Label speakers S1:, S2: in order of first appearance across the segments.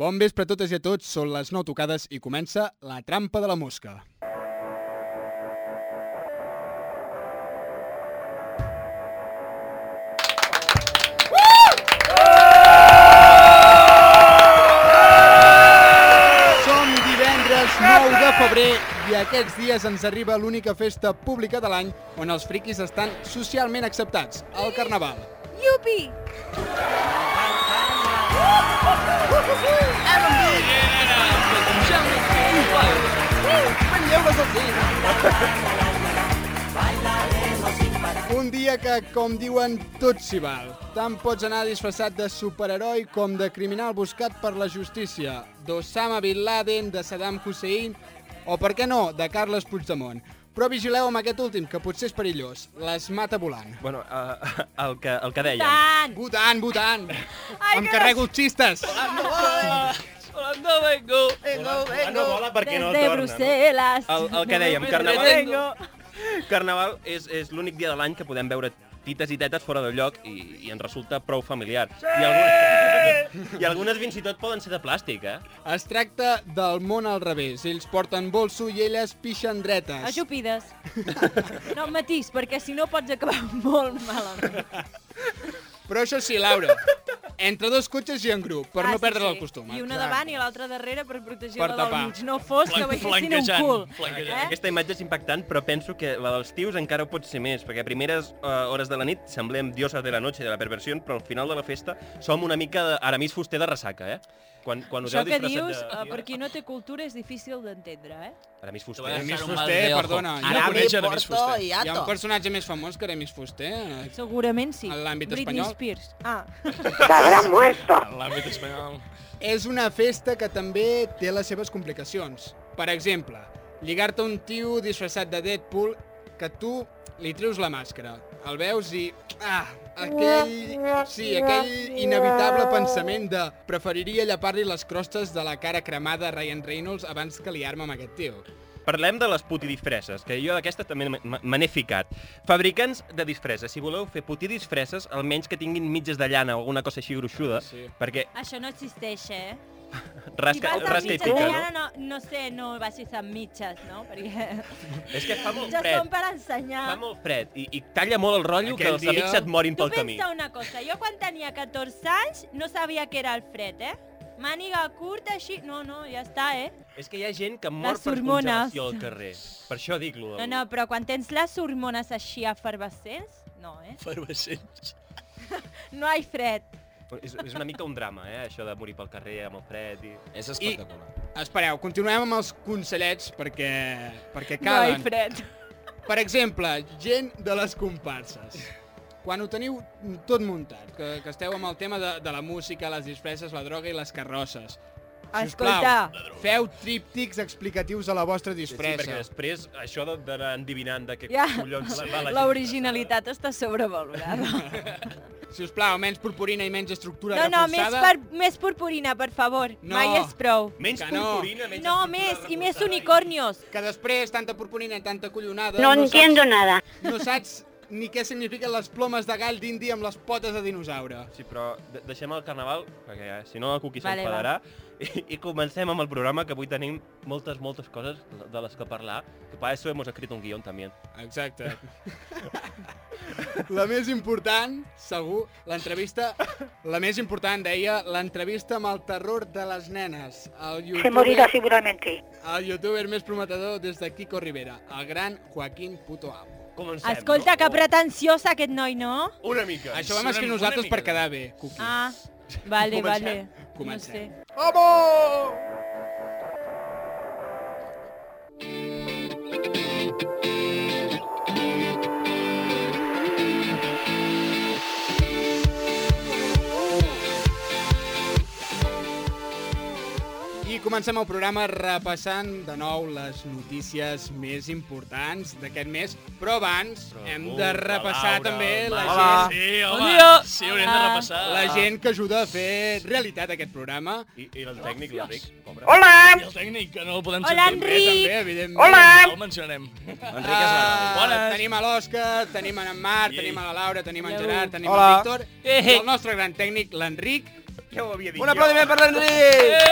S1: Bon vespre a totes i a tots, són les 9 tocades i comença La trampa de la mosca. Som divendres 9 de febrer i aquests dies ens arriba l'única festa pública de l'any on els friquis estan socialment acceptats, el Carnaval.
S2: Yupi!
S1: Un dia que, com diuen, tot s'hi val. Tant pots anar disfressat de superheroi com de criminal buscat per la justícia, d'Osama Bin Laden, de Saddam Hussein o, per què no, de Carles Puigdemont. Però vigileu amb aquest últim, que potser és perillós. Les mata volant.
S3: Bueno, uh, el, que, el que dèiem.
S1: Ah!
S2: Tant!
S1: Votant, votant!
S2: Ai,
S1: em
S2: que
S1: carrego els xistes!
S3: Holanda, vengo!
S4: Ah, no vola perquè no Ah,
S2: Des de
S4: torna. No?
S2: Brussel·les.
S3: El, el que dèiem, carnaval, carnaval és, és l'únic dia de l'any que podem veure tites i tetes fora del lloc i, i ens resulta prou familiar. Sí! I, algunes, I algunes fins i tot poden ser de plàstic, eh?
S1: Es tracta del món al revés. Ells porten bolso i elles pixen dretes.
S2: Ajupides. No el matís, perquè si no pots acabar molt malament.
S1: Però això sí, Laura, entre dos cotxes i en grup, per
S2: Ah,
S1: no
S2: sí,
S1: perdre
S2: sí.
S1: el
S3: eh?
S1: costum. eh?
S2: I una
S1: Exacte.
S2: davant i l'altra darrere per
S1: Per
S2: protegir-la del
S1: tapar.
S2: mig. No fos que
S4: Flan-
S2: veiessin un
S4: flanquejant,
S2: cul.
S4: flanquejant.
S2: Eh?
S3: Aquesta imatge és impactant, però penso que la dels tios encara ho pot ser més, perquè a primeres uh, hores de la nit semblem dioses de la noche i de la perversió, però al final de la festa som una mica de Aramis Fuster de ressaca, eh? Quan, quan us
S2: Això
S3: heu
S2: que
S3: disfressat
S2: dius, eh,
S3: de...
S2: per qui no té cultura, és difícil d'entendre, eh?
S3: Aramis
S4: Te voy
S3: Fuster.
S4: a dejar
S1: Aramis
S4: un mal
S1: Fuster,
S4: de ojo.
S1: perdona, jo
S4: Aramis
S1: conec
S4: Aramis Fuster.
S1: Hi ha un personatge més famós que Aramis Fuster. eh?
S2: Segurament sí.
S1: En l'àmbit
S2: Britney
S1: espanyol.
S2: Spears. Ah,
S4: En l'àmbit espanyol.
S1: És una festa que també té les seves complicacions. Per exemple, lligar-te a un tio disfressat de Deadpool que tu li treus la màscara, el veus i... Ah, aquell... Sí, aquell inevitable pensament de preferiria llepar-li les crostes de la cara cremada a Ryan Reynolds abans que liar-me amb aquest tio.
S3: Parlem de les putidisfresses, que jo d'aquesta també me- me n'he ficat. Fabricants de disfresses, si voleu fer putidisfresses, almenys que tinguin mitges de llana o alguna cosa així gruixuda,
S1: Sí.
S3: sí. perquè
S2: això no existeix, eh? si
S3: rasca,
S2: vas amb
S3: rasca i
S2: mitges
S3: pica,
S2: de llana,
S3: no?
S2: no, no sé, no vagis amb mitges, no? Perquè
S3: És que fa molt
S2: mitges són
S3: fred,
S2: per ensenyar.
S3: fa molt fred, i, i talla molt el rotllo
S1: Aquell
S3: que els
S1: dia-
S3: amics se't morin
S2: Tu
S3: pel camí.
S2: pensa una cosa, jo quan tenia 14 anys no sabia què era el fred, eh? Màniga curta, així... No, no, ja està, eh?
S3: És que hi ha gent que mor
S2: Les
S3: per
S2: hormones.
S3: congelació al carrer. Per això dic-lo.
S2: No, no, però quan tens les hormones així efervescents, no, eh?
S4: Efervescents.
S2: No hi fred.
S3: És, és una mica un drama, eh, això de morir pel carrer amb el fred i...
S4: És
S1: espectacular.
S4: espectacular.
S1: Espereu, continuem amb els consellets perquè, perquè
S2: No
S1: calen.
S2: hi fred.
S1: Per exemple, gent de les comparses. Quan ho teniu tot muntat, que, que esteu amb el tema de, de la música, les disfresses, la droga i les carrosses. Sisplau,
S2: Escolta.
S1: feu tríptics explicatius a la vostra
S3: Sí,
S1: disfressa.
S3: perquè després això de- d'anar endivinant de què
S2: Ja,
S3: collons va la gent.
S2: l'originalitat està sobrevalorada.
S1: Si us plau, menys purpurina i menys estructura
S2: No, no, més,
S1: reforçada.
S2: per, més purpurina, per favor.
S1: No.
S2: Mai és prou.
S3: Menys
S1: Que no.
S3: purpurina, menys...
S2: No,
S3: estructura
S2: més, i més
S3: reforçada.
S2: unicornios.
S1: Que després, tanta purpurina i tanta collonada...
S5: No entiendo
S1: saps,
S5: nada.
S1: No saps ni què signifiquen les plomes de gall d'indi amb les potes de dinosaure.
S3: Sí, però de- deixem el carnaval, perquè eh, si no el Cuqui
S2: Vale,
S3: s'enfadarà, i, i comencem amb el programa, que avui tenim moltes, moltes coses de les que parlar, que para eso hemos escrit un guión també.
S1: Exacte. La més important, segur, l'entrevista... La més important, deia, l'entrevista amb el terror de les nenes. El
S5: Se morirá
S1: youtuber,
S5: seguramente.
S1: el youtuber més prometedor des de Kiko Rivera, el gran Joaquín Puto Amo.
S3: Comencem,
S2: Escolta,
S3: no?
S2: que pretensiós aquest noi, no?
S3: Una mica.
S1: Això vam escriure nosaltres per quedar bé, Cuqui.
S2: Ah, vale,
S1: Comencem.
S2: vale.
S1: Comencem.
S2: No sé.
S1: I comencem el programa repassant de nou les notícies més importants d'aquest mes, però abans hem de
S3: Hola,
S1: repassar
S3: Laura.
S1: també la
S3: Hola.
S1: gent,
S4: Sí, home.
S2: dia. Ah.
S4: Sí, haurem de
S2: Hola.
S4: repassar.
S1: la gent que ajuda a fer realitat aquest programa.
S3: I, i el tècnic, l'Enric, pobre.
S4: I
S5: Hola,
S4: el tècnic, que no el podem
S2: Hola,
S4: sentir.
S2: Enric.
S1: Bé, també, evidentment.
S5: hola.
S4: No el mencionarem.
S1: Ah,
S4: Bones.
S1: tenim a l'Òscar, tenim en Marc,
S4: Ei.
S1: tenim a la Laura, tenim en
S2: Adéu.
S1: Gerard, tenim en
S6: Hola.
S1: Víctor i el nostre gran tècnic, l'Enric.
S3: Ja ho havia dit
S6: Un aplaudiment per l'Enric!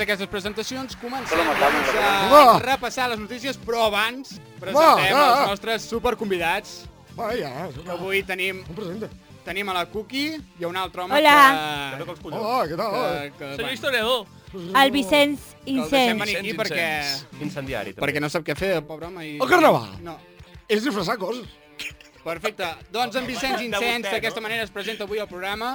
S1: aquestes presentacions, comencem
S5: Hola, Matam,
S1: doncs,
S6: hola.
S1: a repassar les notícies, però abans presentem
S6: Va, va.
S1: els nostres superconvidats.
S6: Va, ja.
S1: que Avui tenim,
S6: Em presenta.
S1: tenim a la Cookie i a un altre home
S2: Hola.
S1: que...
S3: els collons.
S6: Hola, què tal?
S1: que, que,
S4: Senyor
S1: bueno,
S4: historiador.
S2: El Vicenç
S1: que el deixem
S2: Incens.
S1: venir aquí
S4: Vicenç
S1: perquè,
S4: Incens.
S3: Incendiari, també.
S1: perquè no sap què fer, el pobre home. I...
S6: El carnaval.
S1: No.
S6: És disfressar coses.
S1: Perfecte. Doncs en Vicenç
S3: De
S1: Incens
S3: vostè,
S1: d'aquesta
S3: no?
S1: manera es presenta avui al programa.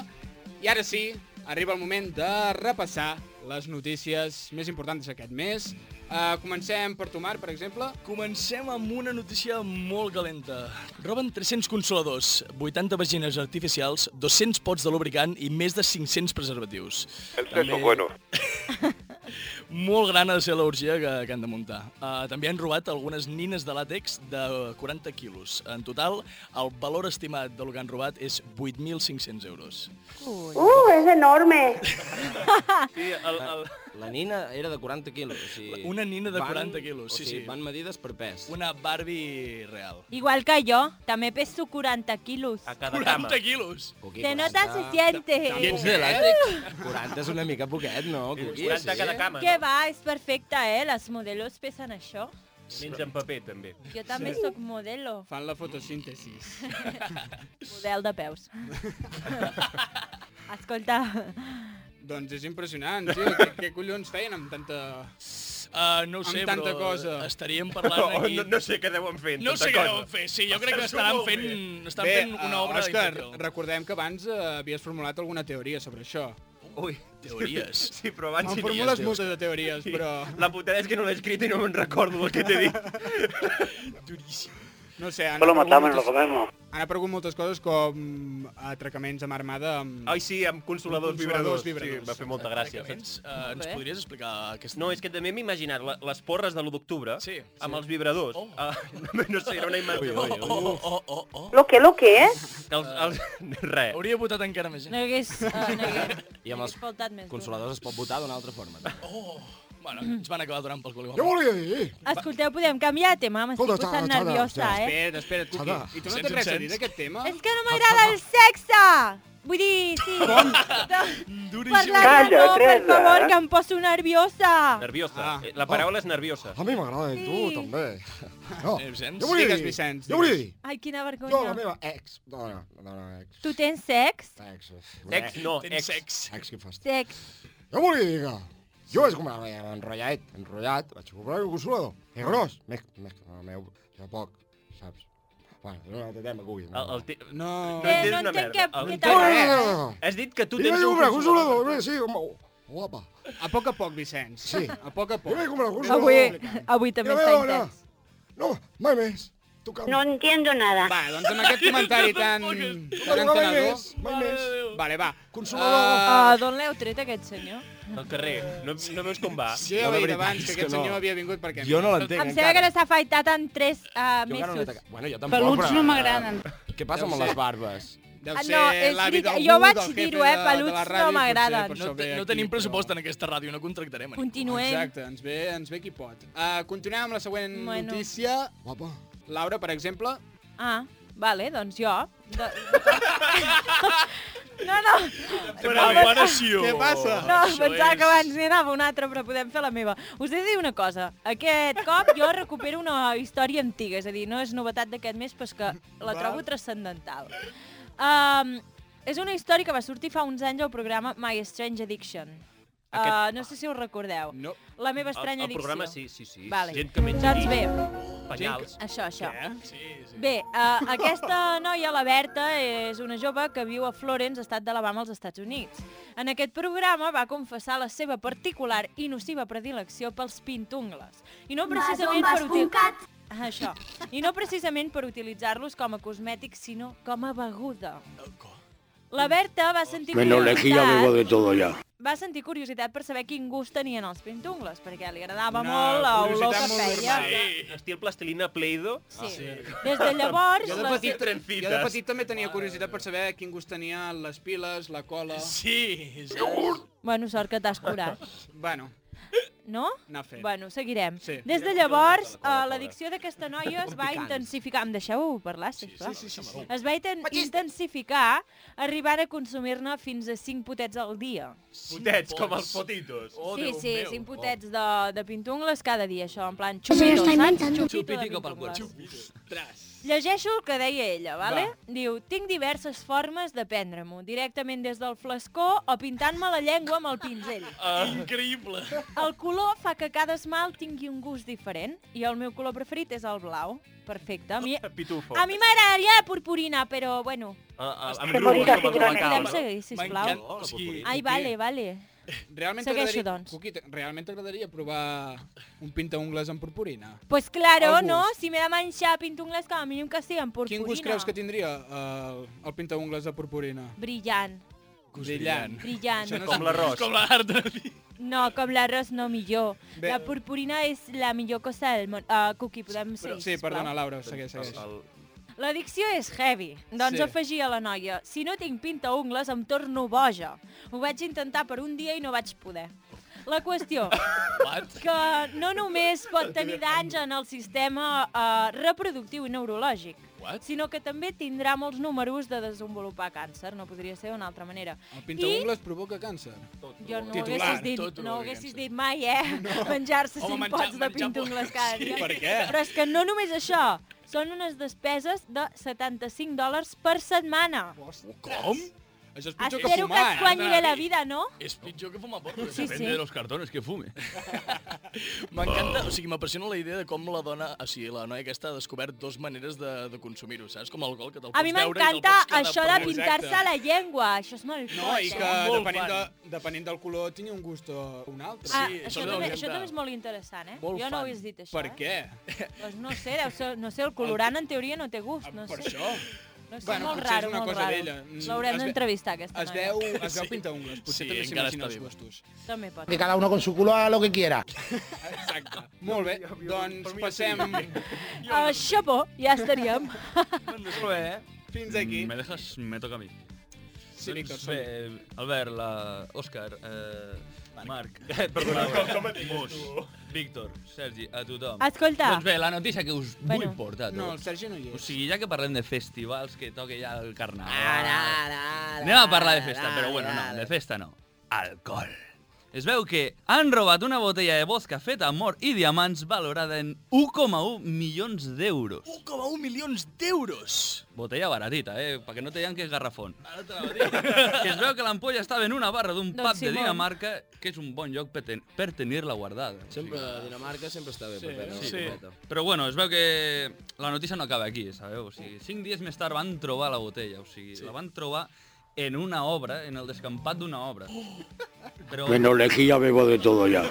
S1: I ara sí, arriba el moment de repassar les notícies més importants d'aquest mes. Uh, comencem per Tomar, per exemple.
S4: Comencem amb una notícia molt calenta. Roben 300 consoladors, 80 vagines artificials, 200 pots de lubricant i més de 500 preservatius.
S5: Eso es doncs, bueno.
S4: Molt gran ha de ser l'orgia que, que han de muntar. Uh, també han robat algunes nines de làtex de 40 quilos. En total, el valor estimat del que han robat és 8.500 euros.
S7: ¡Uh, es enorme!
S3: Sí, el, el...
S8: Ah, La nina era de 40 quilos. O sigui,
S4: Una nina de 40 quilos, sí,
S8: o sigui,
S4: sí.
S8: Van medides per pes.
S4: Una Barbie real.
S2: Igual que jo, també peso 40 quilos.
S3: A cada cama.
S4: 40 quilos!
S8: Cuqui,
S2: Se nota, se
S8: 40.
S2: siente.
S8: Ets de làtex? 40 és una mica poquet, no? Cuqui?
S3: 40 a cada cama.
S2: Que va, és perfecte, eh? Les modelos pesen això.
S3: Menys en paper, també.
S2: Jo també sóc modelo,
S1: Fan la fotosíntesis.
S2: model de peus. Escolta,
S1: doncs és impressionant, tio. Què, què collons feien amb tanta...
S4: Uh, no ho
S1: Amb
S4: sé,
S1: tanta
S4: però
S1: cosa.
S4: estaríem
S3: Oh,
S4: parlant aquí...
S3: no, no sé què deuen fer. amb
S4: No
S3: tanta
S4: sé què
S3: cosa.
S4: deuen fer, sí, jo crec que
S3: Penso
S4: estaran
S3: molt
S4: fent,
S3: bé.
S4: estan fent
S1: eh,
S4: una obra
S1: Òscar,
S4: d'infantil.
S1: recordem que abans eh, havies formulat alguna teoria sobre això.
S3: Ui,
S4: Teories.
S3: sí, però abans
S1: Em
S3: hi havia-
S1: formules moltes de teories, però
S3: La putada és que no l'he escrit i no me'n recordo el que t'he dit.
S4: Duríssim.
S1: no sé, han
S5: Solo
S1: aparegut,
S5: matamos, lo
S1: moltes,
S5: comemos.
S1: han aparegut moltes coses com atracaments amb armada amb...
S3: Ai, sí, amb consoladors,
S1: Consoladors,
S3: vibradors.
S1: vibradors.
S3: Sí, em va fer molta gràcia.
S4: Francament, eh, ens
S2: Bé.
S4: podries explicar aquesta...
S3: No, és que també m'he imaginat la- les porres de l'1 d'octubre
S4: Sí, sí.
S3: amb els vibradors.
S4: Oh.
S3: Ah, no sé, era una imatge.
S8: Ui, ui, ui.
S4: Oh, oh, oh, Eh. oh.
S7: ¿Lo que, lo que eh? es?
S3: Els, els... Res.
S4: Hauria votat encara més.
S2: no hagués, eh, no hagués,
S8: I amb els
S2: hagués faltat més.
S8: consoladors es pot votar d'una altra forma.
S4: Oh. Bueno, ens van acabar donant pel cul
S6: Jo
S4: igual.
S6: volia dir...
S2: Escolteu, podem canviar de tema, m'estic
S6: Escolta,
S2: posant
S6: xada, xada,
S2: nerviosa,
S6: xada.
S2: eh?
S1: Espera't, espera't, Cuqui.
S6: Xada.
S1: I tu no
S4: Vicenç,
S1: tens res a dir
S4: Vicenç.
S1: d'aquest tema?
S2: És
S3: Ah,
S2: que no m'agrada el sexe! Vull dir, sí. Com?
S4: Duríssim.
S2: Parlar
S5: Calla,
S2: no, per
S5: Teresa.
S2: favor, que em poso nerviosa.
S3: Nerviosa.
S1: Ah.
S3: Eh, La paraula és nerviosa.
S6: A mi m'agrada, i tu
S2: Sí.
S6: també. No,
S4: Eh, Vicenç?
S6: jo volia
S1: Digues,
S6: dir...
S1: Vicenç,
S6: Jo volia dir...
S1: digues.
S2: Ai, quina
S6: Jo, la
S2: vergonya.
S6: meva ex... No, no, no, no, ex.
S2: Tu tens sex?
S6: Ex.
S3: Ex, no,
S4: Tens
S3: ex.
S4: sex.
S6: Ex, que fas.
S2: Sex.
S6: Jo volia dir que... Jo vaig comprar un enrotllat, enrotllat, vaig comprar un consolador. És gros. Més, més que el meu, ja poc, saps? Bueno, no, no, tema, Gugui.
S3: El, el te...
S1: No.
S3: No
S2: Eh,
S3: entens
S2: no
S3: una
S2: entenc
S3: merda.
S2: què,
S3: El-
S2: què
S6: No, no,
S2: tal.
S6: no, no, no.
S3: Has dit que tu
S6: Jo
S3: tens
S6: vaig
S3: un
S6: comprar un
S3: consolador.
S6: consolador, bé, sí, com... Guapa.
S1: A poc a poc, Vicenç.
S6: Sí.
S1: A poc a
S6: Jo vaig
S1: poc.
S6: comprar un consolador.
S2: Avui, avui també
S6: I la
S2: està
S6: meva dona,
S2: intens.
S6: No, mai més. Toca'm.
S7: No entiendo nada.
S1: Va, doncs amb aquest comentari tan... tan
S6: no, mai
S1: entenedor...
S6: més. Mai més.
S1: Vale, va.
S6: Consolador.
S2: Ah, D'on l'heu tret, aquest senyor?
S3: Al carrer. No, no veus com va?
S1: Jo ja
S8: Ah, No, la
S1: ho he dit
S8: veritat
S1: abans, que
S8: és que
S1: aquest senyor
S8: no.
S1: havia vingut perquè...
S8: Jo no l'entenc
S2: Em sembla que no s'ha afaitat en 3
S8: Jo
S2: uh,
S8: encara no l'he
S2: mesos.
S8: tacat. Bueno, jo tampoc,
S9: Peluts
S8: però-
S9: no m'agraden.
S8: Què passa amb les barbes?
S1: Deu
S2: Ah,
S1: ser
S2: no, és
S1: l'avi
S2: veritat,
S1: d'algú,
S2: jo vaig
S1: del jefe
S2: dir-ho, eh,
S1: de- de la
S2: peluts no
S1: ràdio, potser
S2: m'agraden.
S1: per
S4: No,
S1: això
S4: te,
S1: ve
S4: no
S1: aquí,
S4: tenim
S1: però-
S4: pressupost en aquesta ràdio, no contractarem. a ningú.
S2: Continuem.
S1: Exacte, ens ve, ens ve qui pot. Uh, continuem amb la següent
S2: Bueno.
S1: notícia.
S6: Guapa.
S1: Laura, per exemple.
S2: Ah, vale, doncs jo. De... no, no,
S4: Preparació.
S1: Què passa?
S2: no, pensava que abans n'hi anava una altra, però podem fer la meva. Us he de dir una cosa. Aquest cop jo recupero una història antiga, és a dir, no és novetat d'aquest mes, però és que la
S1: Val.
S2: trobo transcendental. Um, és una història que va sortir fa uns anys al programa My Strange Addiction. Uh,
S3: Aquest-
S2: no sé si ho recordeu.
S1: No.
S2: La meva
S3: El,
S2: estranya
S3: el programa
S2: addicció.
S3: sí, sí, sí.
S2: Vale.
S3: Gent que menja
S2: Doncs bé,
S3: Penyals.
S2: això, això.
S4: Sí, sí.
S2: Bé, uh, aquesta noia, la Berta, és una jove que viu a Florence, estat d'Alabama, als Estats Units. En aquest programa va confessar la seva particular i nociva predilecció pels pintungles. I no precisament per utilitzar... Això. I no precisament per utilitzar-los com a cosmètics, sinó com a beguda. La Berta va sentir curiositat...
S5: de todo ya.
S2: Va sentir curiositat per saber quin gust tenien els pintungles, perquè li agradava
S1: Una
S2: molt l'olor
S1: curiositat
S2: que
S1: molt
S2: feia.
S1: normal.
S3: Estil plastilina Play-Doh.
S2: Ah, Sí. Des de llavors...
S1: Jo de,
S2: la
S1: petit,
S2: se-
S3: trencites.
S1: jo de petit també tenia curiositat per saber quin gust tenien les piles, la cola...
S4: Sí, sí.
S2: Bueno, sort que t'has curat.
S1: Bueno,
S2: No?
S1: Anar fent.
S2: Bueno, seguirem.
S1: Sí.
S2: Des de llavors, eh, l'addicció d'aquesta noia es va intensificar. Em deixeu parlar, sisplau?
S1: Sí, sí, sí. sí.
S2: Es va inten intensificar, arribant a consumir-ne fins a 5 potets al dia.
S3: Potets, com els potitos.
S4: Oh,
S2: sí,
S4: Déu
S2: sí,
S4: meu.
S2: 5 potets de, de pintungles cada dia, això, en plan xupito, saps? Xupito de
S4: Xupitico pel cul.
S2: pintungles.
S1: Ostres.
S2: Llegeixo el que deia ella, vale? Va. Diu, tinc diverses formes de prendre-m'ho, directament des del flascó o pintant-me la llengua amb el pinzell.
S4: Oh,
S1: Ah.
S4: increïble.
S2: El color fa que cada esmalt tingui un gust diferent i el meu color preferit és el blau. Perfecte. A mi,
S3: Pitufo.
S2: a mi m'agradaria la purpurina, però bueno,
S3: A, a, amb
S7: Però
S3: grup,
S7: mira,
S3: com els
S7: figurant.
S3: bancals.
S2: podem seguir, sisplau.
S4: M'encanta, o sigui,
S2: Ai, vale, vale.
S1: Realment
S2: Segueixo,
S1: t'agradaria-
S2: doncs.
S1: Cuquita, realment t'agradaria provar un pintaungles amb purpurina?
S2: Pues claro,
S1: El
S2: no?
S1: gust.
S2: Si m'he de menjar pintungles, com a mínim que sigui amb purpurina.
S1: Quin gust creus que tindria el, el pintaungles de purpurina?
S2: Brillant,
S1: Brillant.
S2: brillant.
S1: Això no és-
S3: Com l'arròs.
S4: Com l'art de...
S2: No, com l'arròs no millor.
S1: Bé.
S2: La purpurina és la millor cosa del món. Uh, Cuqui, podem
S1: Però,
S2: seguir,
S1: sí,
S2: sisplau?
S1: perdona, Laura, segueix, segueix.
S3: El-
S2: L'addicció és heavy. Doncs
S1: Sí.
S2: sí. afegia la noia. Si no tinc pinta ungles, em torno boja. Ho vaig intentar per un dia i no vaig poder. La qüestió,
S4: What?
S2: que no només pot tenir danys en el sistema eh, reproductiu i neurològic,
S4: What?
S2: sinó que també tindrà molts números de desenvolupar càncer. No podria ser d'una altra manera.
S4: Ah,
S1: El pintaungles provoca càncer.
S2: Jo no ho
S1: Titular,
S2: haguessis
S4: tot
S2: dit,
S4: ho
S2: no ho
S4: hagués
S2: haguessis
S4: dit.
S2: dit mai, eh? No. Menjar-se
S4: Home,
S2: cinc
S4: menjar-
S2: pots de
S4: menjar
S2: pintungles
S4: pots.
S2: cada
S4: Sí,
S2: dia.
S4: per què?
S2: Però és que no només això, són unes despeses de 75 dòlars per setmana.
S4: Com?
S1: Això és pitjor que
S2: Espero que
S4: eh,
S1: fumar,
S2: et guanyi bé la
S4: David.
S2: vida, no?
S4: És pitjor que fumar porros.
S2: Sí, Depèn sí. de
S4: los cartones que fume. M'encanta, o sigui, m'apassiona la idea de com la dona, o sigui, la noia aquesta ha descobert dos maneres de, de consumir-ho, saps? Com el gol, que te'l pots
S2: A mi
S4: veure i te'l
S2: m'encanta
S4: pots quedar
S2: això
S4: per
S2: de
S4: dins.
S2: pintar-se la llengua. Això és molt
S1: No, i
S2: fort,
S1: que
S2: eh?
S4: Molt
S1: depenent,
S4: fan.
S1: de, depenent del color tingui un gust o un altre.
S2: Ah,
S4: sí,
S2: això,
S4: això
S2: també,
S4: deu
S2: això
S4: orientar.
S2: també és molt interessant, eh?
S4: Molt
S2: jo no ho
S4: fan.
S2: he dit, això.
S1: Per
S2: eh?
S1: què?
S2: Doncs no sé, deu ser, no sé, el colorant en teoria no té
S4: Ah,
S2: gust, no
S1: per
S2: sé.
S1: això.
S2: No sé,
S1: Bueno,
S2: molt
S1: potser és
S2: raro,
S1: una
S2: molt
S1: cosa
S2: raro.
S1: d'ella. Mm, es
S2: L'haurem
S1: ve-
S2: d'entrevistar, aquesta
S1: Es
S2: noia.
S1: veu, es veu pintaungles, potser
S4: Sí,
S1: també
S4: encara
S1: s'imagina
S4: està
S1: els
S4: viva.
S1: gustos.
S2: També pot.
S9: Que cada uno con su culo haga lo que quiera.
S1: Exacte. Molt bé, doncs passem
S2: Uh, xapó, ja estaríem.
S1: Eh? fins aquí.
S10: Mm, Me dejas, me toca a mi.
S1: Sí, Víctor,
S10: Doncs
S1: som
S10: bé, Albert, la... Òscar, eh... Marc, Eh,
S3: Perdona, com, com et
S10: Mus,
S3: dius tu?
S10: Víctor, Sergi, a tothom.
S2: Escolta,
S10: Doncs bé, la notícia que us vull
S2: Bueno.
S10: portar a
S1: No, el
S10: tots.
S1: Sergi no hi
S10: O
S1: és.
S10: sigui, ja que parlem de festivals, que toca ja el carnaval... Anem a parlar de festa, però bueno, no, de festa no. Alcohol. Es veu que han robat una botella de vodka feta amb or i diamants valorada en 1,1 milions d'euros.
S4: 1,1 milions d'euros!
S10: Botella baratita, eh? Perquè no te llanques garrafón. que es veu que l'ampolla estava en una barra d'un
S2: Doncs
S10: pub de
S2: Simón.
S10: Dinamarca, que és un bon lloc per, ten per tenir-la guardada.
S8: Sempre, a Dinamarca sempre està bé. Sí,
S10: Sí. Però bueno, es veu que la notícia no acaba aquí, sabeu? O sigui, cinc dies més tard van trobar la botella, o sigui, sí. la van trobar en una obra, en el descampat d'una obra. Però
S5: Menos lejía bebo de todo ya.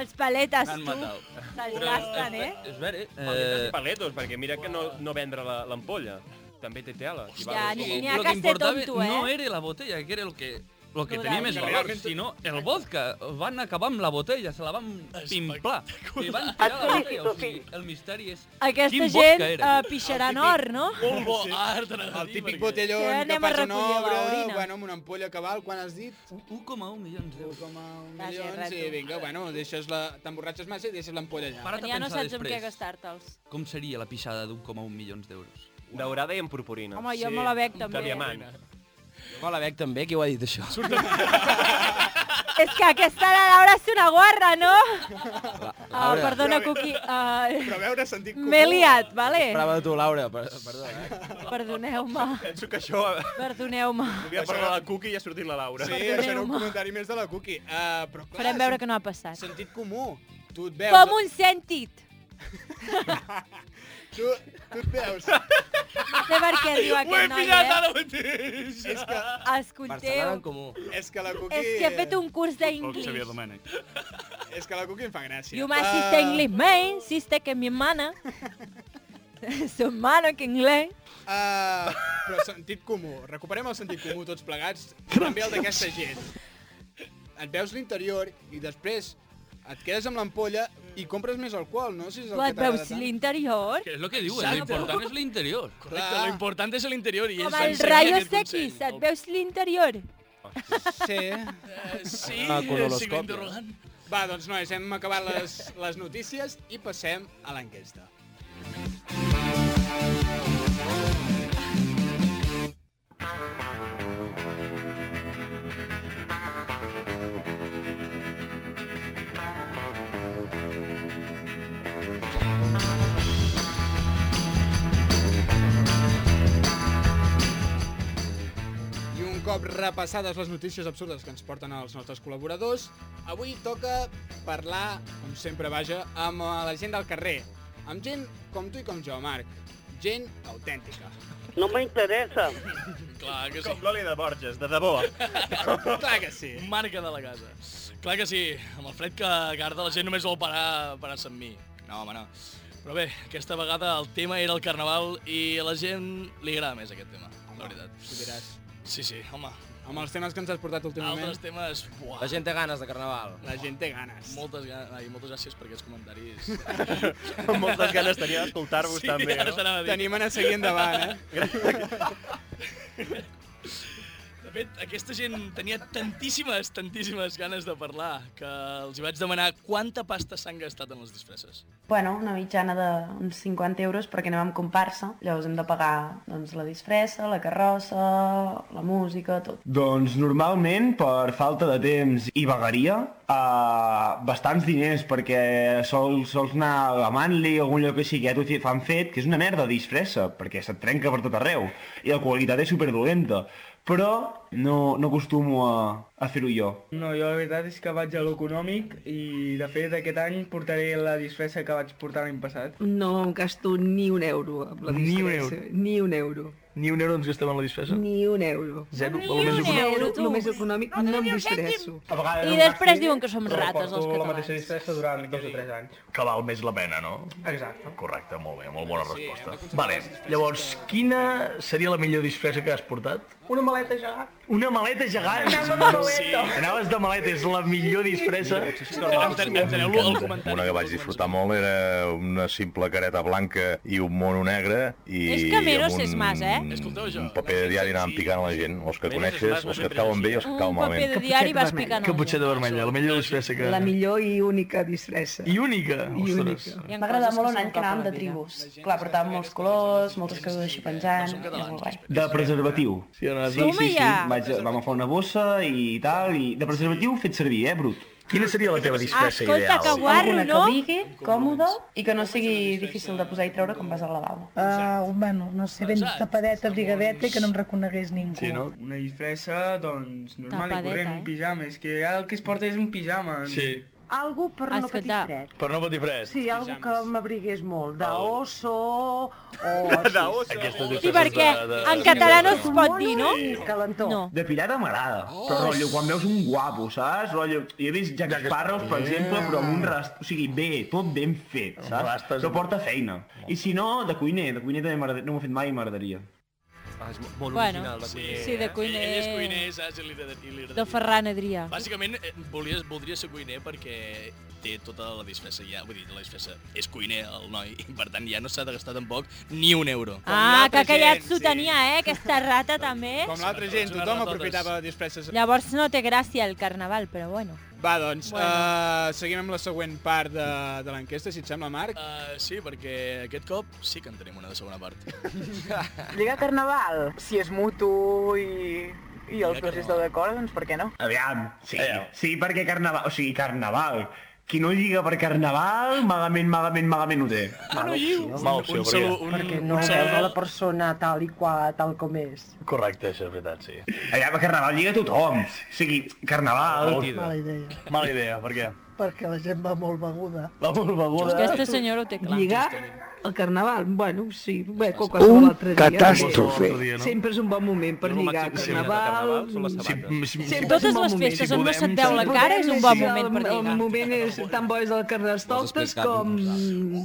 S2: els paletes,
S10: l'han
S2: tu,
S10: matat.
S2: se'ls gasten, eh?
S10: És vera,
S3: Paletos
S10: eh?
S3: i paletos, perquè mira que no, no vendre la- l'ampolla. També té tela. i
S2: Ja,
S3: val.
S2: ni-
S10: Lo
S2: n'hi ha
S10: que
S2: que ser
S10: importava
S2: tonto, eh?
S10: No era la botella, que era el que lo que
S2: Lo
S10: tenia
S2: del-
S10: més
S1: Que
S10: valor,
S1: realment-
S10: sinó el vodka. Van acabar amb la botella, se la van pimplar. I van
S7: Et
S10: tirar la botella.
S7: felicito,
S10: O sigui, el misteri és...
S2: Aquesta
S10: Quin
S2: gent
S10: vodka
S2: uh,
S10: era?
S2: pixarà en
S1: El
S2: or, no?
S4: Molt bo,
S10: ah,
S4: art,
S1: El típic botelló
S2: Sí,
S1: que
S2: anem a
S1: passa una
S2: recollir
S1: obra,
S2: l'orina.
S1: bueno, amb una ampolla que val, quan has dit?
S10: 1,1 milions d'euros.
S1: 1,1
S2: Vas,
S1: milions
S2: Gerard,
S1: i
S2: tu.
S1: vinga, bueno, deixes la... t'emborratxes massa i deixes l'ampolla allà.
S10: Para't a
S2: Ja no
S10: pensar
S2: saps amb
S10: després.
S2: què gastar-te'ls.
S10: Com seria la pixada d'1,1 milions d'euros?
S3: Daurada i amb purpurina.
S2: Home, jo me la bec, també.
S3: de diamant.
S8: Me la bec també, qui ho ha dit això?
S2: És que aquesta la Laura és una guarra, no? Ah,
S8: Laura.
S2: perdona, Cuqui. Uh,
S1: Però a veure, sentit comú.
S2: M'he liat, vale?
S8: Brava de tu, Laura, per, perdó, eh?
S2: Perdoneu-me,
S3: Penso que això...
S1: eh.
S2: perdoneu-me.
S3: Havia parlat la Cuqui i ha sortit la Laura.
S1: Sí, això era un comentari més de la Cookie. Uh, però clar,
S2: Farem veure que no ha passat.
S1: sentit comú. Tu et veus...
S2: Com un sentit.
S1: Tu, tu et veus...
S2: No sé per què diu aquest noi, eh?
S4: mateix!
S1: és, que,
S8: Barcelona
S2: Escolteu.
S8: en comú.
S1: és que la Cookie...
S2: És que he fet un curs
S10: Xavier
S3: Oh,
S2: d'anglès.
S10: Domènech.
S1: És que la Cookie em fa gràcia.
S2: Yo me asiste
S1: Ah,
S2: inglés, me insiste que mi hermana, su hermano que inglés.
S1: ah, però sentit comú. Recuperem el sentit comú tots plegats, també el d'aquesta gent. Et veus l'interior i després et quedes amb l'ampolla i compres més alcohol, no? Si és el
S2: Tu et
S1: que t'agrada
S2: veus
S1: tant.
S2: l'interior
S10: Que és el que diuen, l'important és l'interior.
S4: Correcte,
S1: Clar.
S4: lo important és l'interior i ells
S2: com el
S4: ensenyen
S2: rayos
S4: aquest consell.
S2: X, et veus l'interior.
S1: Sí.
S4: Eh, Sí,
S8: Ah,
S4: ah,
S8: con
S2: Ah,
S4: sí,
S8: l'horoscopi.
S4: interrogant.
S1: Va, doncs nois, hem acabat les, les notícies i passem a l'enquesta. I un cop repassades les notícies absurdes que ens porten els nostres col·laboradors, avui toca parlar, com sempre vaja, amb eh, la gent del carrer. Amb gent com tu i com jo, Marc. Gent autèntica.
S7: No m'interessa.
S4: Clar que sí.
S3: Com l'oli de Borges, de debò.
S1: Clar que sí.
S4: Marca de la casa. Clar que sí, amb el fred que garda la gent només vol parar, parar-se amb mi. No, home, no. Però bé, aquesta vegada el tema era el carnaval i a la gent li agrada més aquest tema, la veritat.
S1: Ho diràs.
S4: Sí, sí, home.
S1: Amb els temes que ens has portat últimament,
S4: Altres temes... Buah.
S8: La gent té ganes de carnaval.
S1: la gent té ganes.
S4: Moltes, ganes, ai, moltes gràcies per aquests comentaris.
S3: Amb moltes ganes tenia d'escoltar-vos
S4: sí,
S3: també,
S4: ara
S3: no?
S4: t'anava a dir.
S1: Tenim a seguir endavant, eh?
S4: De fet, aquesta gent tenia tantíssimes, tantíssimes ganes de parlar que els hi vaig demanar quanta pasta s'han gastat en les disfresses.
S11: Bueno, una mitjana d'uns 50 euros perquè anem amb comparsa. Llavors hem de pagar doncs, la disfressa, la carrossa, la música, tot.
S12: Doncs normalment, per falta de temps i vagaria, eh, bastants diners, perquè sols, sols anar a Manli o algun lloc així que ja t'ho fi- fan fet, que és una merda disfressa, perquè se't trenca per tot arreu, i la qualitat és superdolenta. Però no, no acostumo a, a fer-ho jo.
S13: No, jo la veritat és que vaig a l'econòmic i de fet aquest any portaré la disfressa que vaig portar l'any passat.
S14: No em gasto ni un euro amb la
S13: Ni un
S14: disfressa. Ni un euro.
S13: Ni un euro ens gastem en la disfressa?
S14: Ni un euro.
S13: Zero,
S14: Ni
S13: el més
S14: un
S13: econòmic.
S14: euro, el més econòmic, no em distresso.
S12: A vegades
S2: I
S12: em
S2: després
S12: gasto
S2: diuen que som rates, els
S13: Porto la
S2: catalans.
S13: mateixa disfressa durant dos o tres anys.
S15: Que val més la pena, no?
S13: Exacte.
S15: Correcte, molt bé, molt bona resposta.
S13: Vale,
S15: Llavors, quina seria la millor disfressa que has portat?
S13: Una maleta gegant.
S15: Una maleta gegant.
S13: Anava de maleta.
S15: Sí. Anaves de maleta, és la millor disfressa.
S4: Enteneu-lo el comentari.
S16: Una que vaig disfrutar molt era una simple careta blanca i un mono negre i
S2: És que Meros
S16: amb un,
S2: és mas, eh?
S16: un paper de diari anàvem picant a la gent, els que coneixes, els que et cauen bé i els que et cauen
S2: Un paper
S16: malament.
S2: de diari vas picant el
S15: Caputxeta vermella, la millor disfressa que...
S14: La millor i única disfressa.
S15: I única.
S14: I
S15: Ostres.
S14: única.
S11: Va agradar molt un any que anàvem de tribus. Clar, portàvem molts colors, moltes coses així penjant, era molt guai.
S12: De preservatiu. Sí,
S11: no? Home, ja.
S12: Vaig, vam agafar una bossa i tal, i de preservatiu fet servir, eh, Brut?
S15: Quina seria la teva
S11: Alguna que digui, còmoda, i que no sigui difícil de posar i treure quan vas al lavabo.
S17: Uh, bueno, no sé, ben tapadeta, brigadeta i que no em reconegués ningú.
S13: Una disfressa, doncs, normal
S17: Tapadeta,
S13: i
S2: eh?
S13: corrent, un pijama. És que ara el que es porta és un pijama.
S15: Sí.
S14: Algo per no patir
S13: Escolta.
S14: fred.
S15: Per no patir fred.
S14: Sí, algo que m'abrigués molt, de oso o
S15: Aquesta
S2: I per què? En català no es pot dir, no?
S14: Calentó.
S2: No.
S12: De pirata m'agrada, oh. però rotllo, quan veus un guapo, saps? Rotllo, jo he vist Jack Sparrows, per exemple, però amb un rast... O sigui, bé, tot ben fet, saps? Però porta feina. I si no, de cuiner, de cuiner també m'agradaria, no m'ho he fet mai i m'agradaria.
S3: Ah, és molt
S2: Bueno, original, de sí, cuiner, sí, de eh? cuiner.
S4: Ell és cuiner, saps? I li agrada- i li agrada
S2: De
S4: dir.
S2: Ferran Adrià.
S4: Bàsicament, eh, volies, voldria ser cuiner perquè té tota la disfressa ja. Vull dir, la disfressa és cuiner, el noi, i per tant ja no s'ha de gastar tampoc ni un euro.
S2: Ah, que callat s'ho tenia, eh? Aquesta rata també.
S1: Com l'altra gent, tothom aprofitava disfresses.
S2: Llavors no té gràcia el carnaval, però bueno.
S1: Va, doncs,
S2: Bueno.
S1: bueno. uh, seguim amb la següent part de, de l'enquesta, si et sembla, Marc.
S4: Uh, sí, perquè aquest cop sí que en tenim una de segona part.
S17: Lligar carnaval, si és mutu i, i els dos esteu d'acord, doncs per què no?
S12: Aviam, sí, sí, perquè carnaval... O sigui, carnaval. Qui no lliga per carnaval, malament, malament, malament ho té.
S4: Ah, no lliu.
S12: Mal opció,
S4: Un
S12: per
S4: salut,
S12: què?
S4: un-
S14: Perquè no
S4: un
S14: veus a
S4: salut.
S14: la persona tal i qual, tal com és.
S15: Correcte, això és veritat, sí.
S12: Aviam, a carnaval lliga tothom. O sigui, carnaval...
S15: Mala
S14: idea.
S15: Mala idea, per què?
S14: Perquè la gent va molt beguda.
S15: La molt beguda.
S2: Aquesta senyora ho té clar.
S14: Lligar el carnaval, bueno, sí, bé, com qualsevol altre dia.
S15: catàstrofe.
S14: Sempre és un bon moment per lligar carnaval. Sempre és
S2: Totes
S14: un bon
S2: les
S14: moment.
S2: festes on no se't veu la cara és un bon moment per
S14: El
S2: lligar.
S14: moment és tan bo és el carnestoltes com,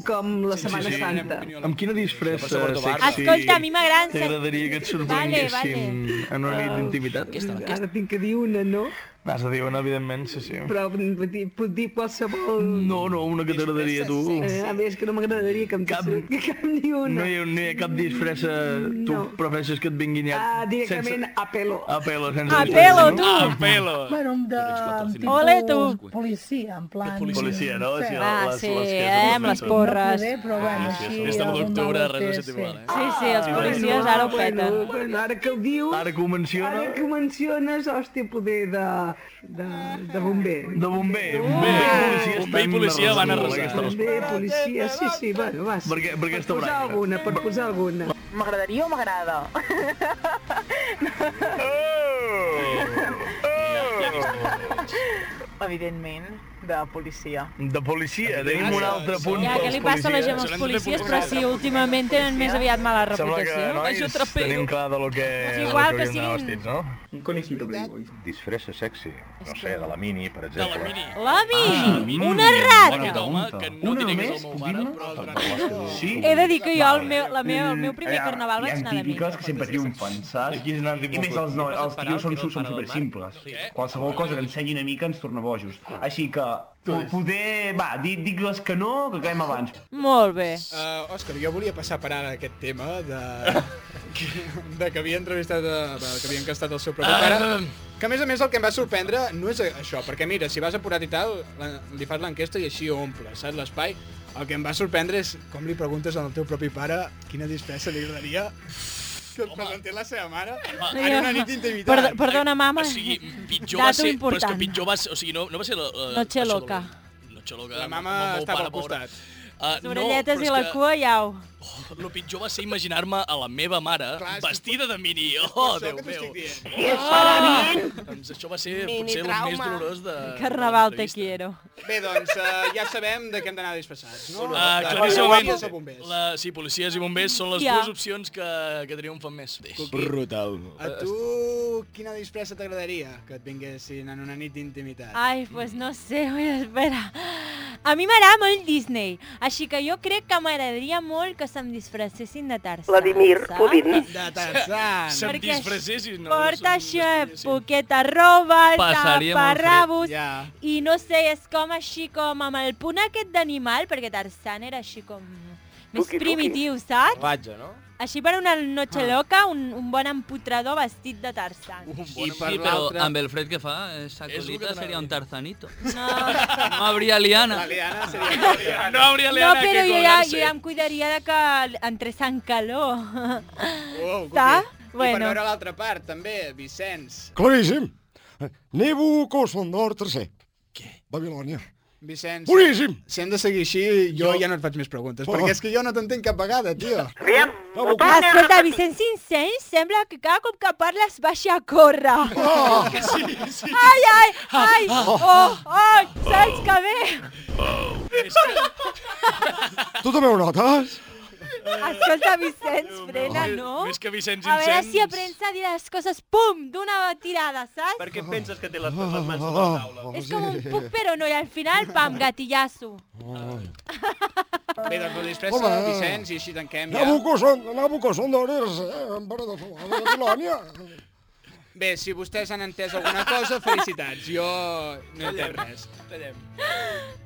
S14: com la Setmana Santa.
S15: Amb quina disfressa sexy
S2: Escolta, a mi m'agraden...
S15: t'agradaria que et sorprenguéssim en una nit d'intimitat?
S14: Ara tinc que dir una, no?
S15: Vas a dir una, evidentment, sí, sí.
S14: Però mm, vull dir, puc dir qualsevol...
S15: No, no, una que t'agradaria a tu.
S14: Eh, a més, que no m'agradaria que em cap... cap ni una.
S15: No hi, ha, no hi ha cap disfressa... Tu prefereixes que et vinguin ja...
S14: Ah, directament a pelo.
S15: A pelo, sense
S2: Ah,
S14: A
S15: disfressa,
S14: pelo,
S15: no?
S14: tu!
S15: A Ah, pelo!
S18: Bueno, un de... tipus
S2: Ole, tu.
S18: Policia, en plan...
S15: Policia, policia no? Sí,
S2: Ah,
S15: les-
S2: sí,
S15: les que-
S2: eh, amb les
S15: no
S2: porres.
S18: poder, però bueno,
S15: Ah, sí,
S18: així,
S15: Aquesta
S18: algun
S15: d'octubre,
S18: mal
S15: res
S18: té,
S15: no s'ha igual, eh?
S2: Sí, sí, els policies ara ho peten.
S14: Ah, Bueno, bueno, ara que ho dius...
S15: Ara que ho menciona...
S14: Ara que ho menciones, hòstia, poder de... de, de bomber.
S15: De bomber. Bomber, bomber i policia van arrasar. Aquesta
S14: Bomber, policia, sí, sí, bueno, va. Per,
S15: per aquesta
S14: posar
S15: branca.
S14: alguna, per posar alguna.
S17: M'agradaria o m'agrada? Evidentment, de policia.
S15: De policia, tenim un altre punt
S2: Ja, què
S15: pels
S2: li passa a la gent
S15: policies.
S2: als policies, però si últimament tenen més aviat mala
S15: Sembla que,
S2: reputació.
S15: nois, tenim clar de lo que...
S2: És igual
S15: lo
S2: que
S15: hauríem d'anar
S2: siguin-
S15: vestits, no? Un conejito playboy. Disfressa sexy. No sé, de la mini, per exemple. De la mini. Ah,
S2: La Mini, una
S15: Bona
S2: rata!
S15: pregunta. Una només, Sí.
S2: He de dir que jo el meu, la meva,
S12: Eh,
S2: el meu primer carnaval vaig anar de mi.
S12: típiques que sempre triomfen, saps? I més els, no, els tios són, són super simples. Qualsevol cosa que ensenyi una mica ens torna bojos. Així que, po- poder... Va, di- dic les que no, que acabem abans.
S2: Molt bé.
S1: Uh, Òscar, jo volia passar per ara aquest tema de... de que havia entrevistat, a... bé, que havia encastat el seu propi pare. Que a més a més el que em va sorprendre no és això, perquè mira, si vas apurat i tal, la- li fas l'enquesta i així omple, saps, l'espai. El que em va sorprendre és com li preguntes al teu propi pare quina disfressa li agradaria que et presentés la seva mare en una nit d'intimitat.
S2: Perdo- perdona, mama.
S4: O sigui, pitjor va
S2: Dato
S4: ser... Però és que
S2: important.
S4: pitjor va ser... O sigui, no, no va ser... La, la,
S2: Noche
S4: això de la-
S2: loca.
S4: Noche loca. La
S1: mama estava al costat.
S4: Uh,
S2: Les orelletes i la cua, iau.
S4: El pitjor va ser imaginar-me a la meva mare vestida de mini. Oh, Déu meu.
S2: dient.
S4: Doncs això va ser
S2: Mini
S4: potser el més
S2: trauma.
S4: dolorós Ah, de...
S2: Carnaval te quiero.
S1: Bé, doncs eh, ja sabem de què hem d'anar disfressats, no?
S4: Uh,
S1: De
S4: claríssimament,
S1: policies o bombers.
S4: la, sí, policies i bombers són les
S1: Ja.
S4: dues opcions que, que triomfen més.
S8: Brutal.
S1: A tu, quina disfressa t'agradaria que et vinguessin en una nit d'intimitat?
S2: Ai, pues no sé, ui, espera. A mi m'agrada molt Disney, així que jo crec que m'agradaria molt que se'm disfressessin de Tarzan.
S7: Vladimir
S2: saps?
S7: Putin.
S1: De Tarzan.
S4: Se'm
S2: Perquè
S4: disfressessis, no?
S2: Porta això, poqueta roba,
S4: Passaria molt fred.
S2: taparrabos,
S1: Ja.
S2: i no sé, és com així com amb el punt aquest d'animal, perquè Tarzan era així com més
S8: Fuki, fuki.
S2: primitiu, saps?
S8: Vatge, no?
S2: Així per una noche
S10: Ah.
S2: loca, un, un bon empotrador vestit de Tarzan.
S10: Sí, però amb el fred que fa, esa colita seria un tarzanito.
S2: No.
S10: No habría liana.
S1: La liana seria...
S4: No hauria
S2: No,
S4: liana
S2: però
S4: que
S2: jo ja,
S4: colgar-se.
S2: jo ja em cuidaria de que entrés en calor.
S1: Uau, Cuqui. Oh,
S2: Està?
S1: I per
S2: Bueno.
S1: veure l'altra part, també, Vicenç.
S6: Claríssim. Nebuchadnezzar III. Què? Babilònia.
S1: Vicenç,
S6: Boníssim.
S1: si hem de seguir així, jo, ja no et faig més preguntes,
S6: Oh.
S1: perquè és que jo no t'entenc cap vegada, tio.
S7: Aviam,
S2: Ah, Escolta, Vicenç Incens, sembla que cada cop que parles baixa a córrer.
S1: Oh.
S4: Sí, sí.
S2: Ai, ai, ai,
S19: Ah.
S2: oh, oh, saps que bé?
S6: Tu també ho notes?
S2: Escolta, Vicenç, frena, no?
S4: Més que Vicenç
S2: A veure
S4: Incens.
S2: si aprens a dir les coses, pum, d'una tirada, saps? Oh.
S3: Per què penses que té les, les mans a
S4: Ah,
S19: Ah.
S3: la taula?
S4: pues
S2: És com un puc però no, i al final, pam, gatillasso.
S1: Bé, doncs ho disfressa,
S6: Home.
S1: Vicenç, i així tanquem ja.
S6: Nabucodonosor, Nabucodonosor, eh, en Babilònia.
S1: Bé, si vostès han entès alguna cosa, felicitats. Jo no he entès res.
S4: Tallem.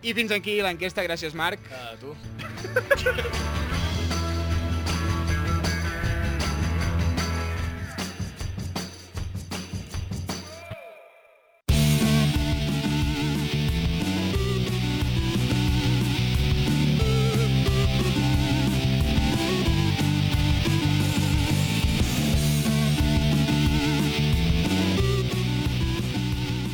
S1: I fins aquí l'enquesta. Gràcies, Marc.
S4: A tu.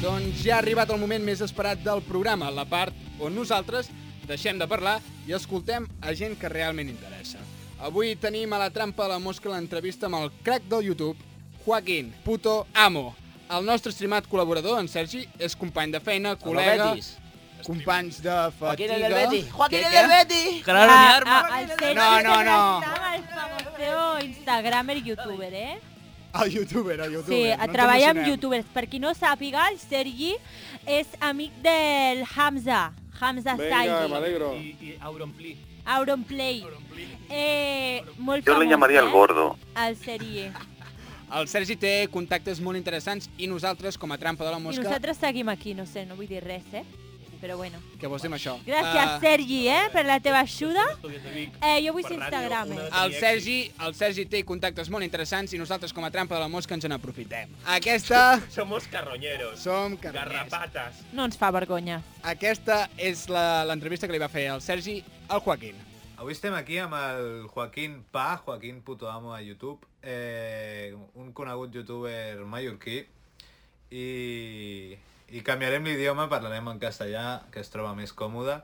S1: Doncs ja ha arribat el moment més esperat del programa, la part on nosaltres deixem de parlar i escoltem a gent que realment interessa. Avui tenim a la trampa de la mosca l'entrevista amb el crack del YouTube, Joaquín Puto Amo. El nostre estimat col·laborador, en Sergi, és company de feina, col·lega,
S8: Betis.
S1: companys de fatiga...
S8: del Betis. Joaquín
S1: Què,
S8: del
S1: què?
S8: Betis.
S1: Claro, mi arma.
S2: A, al Ah, Sergi
S1: No, no,
S2: que
S1: no.
S2: restava El famoseo instagramer youtuber, eh?
S1: El youtuber, el youtuber.
S2: Sí,
S1: no ens
S2: treballa amb
S1: emocionem.
S2: youtubers. Per qui no sàpiga, el Sergi és amic del Hamza. Hamza Saidi.
S8: I, i Auronpli.
S2: Auronplay. Eh, molt
S20: Yo le
S2: famós,
S20: llamaría
S2: eh?
S20: el gordo.
S2: El Sergi.
S1: El Sergi té contactes molt interessants i nosaltres, com a trampa de la
S2: I
S1: mosca...
S2: nosaltres seguim aquí, no sé, no vull dir res, eh? Però bueno.
S1: Què vols dir amb això?
S2: Gràcies,
S1: Ah,
S2: Sergi, eh, per la teva ajuda. Eh, jo vull
S1: per
S2: ser Instagram, eh?
S1: El Sergi, el Sergi té contactes molt interessants i nosaltres, com a trampa de la mosca, ens n'aprofitem. Aquesta...
S3: Somos carroñeros.
S1: Som
S3: Garrapatas.
S2: No ens fa vergonya.
S1: Aquesta és la- l'entrevista que li va fer el Sergi al Joaquín.
S20: Avui estem aquí amb el Joaquín Pa, Joaquín Puto Amo a YouTube, eh, un conegut youtuber mallorquí, i, i canviarem l'idioma, parlarem en castellà, que es troba més còmode.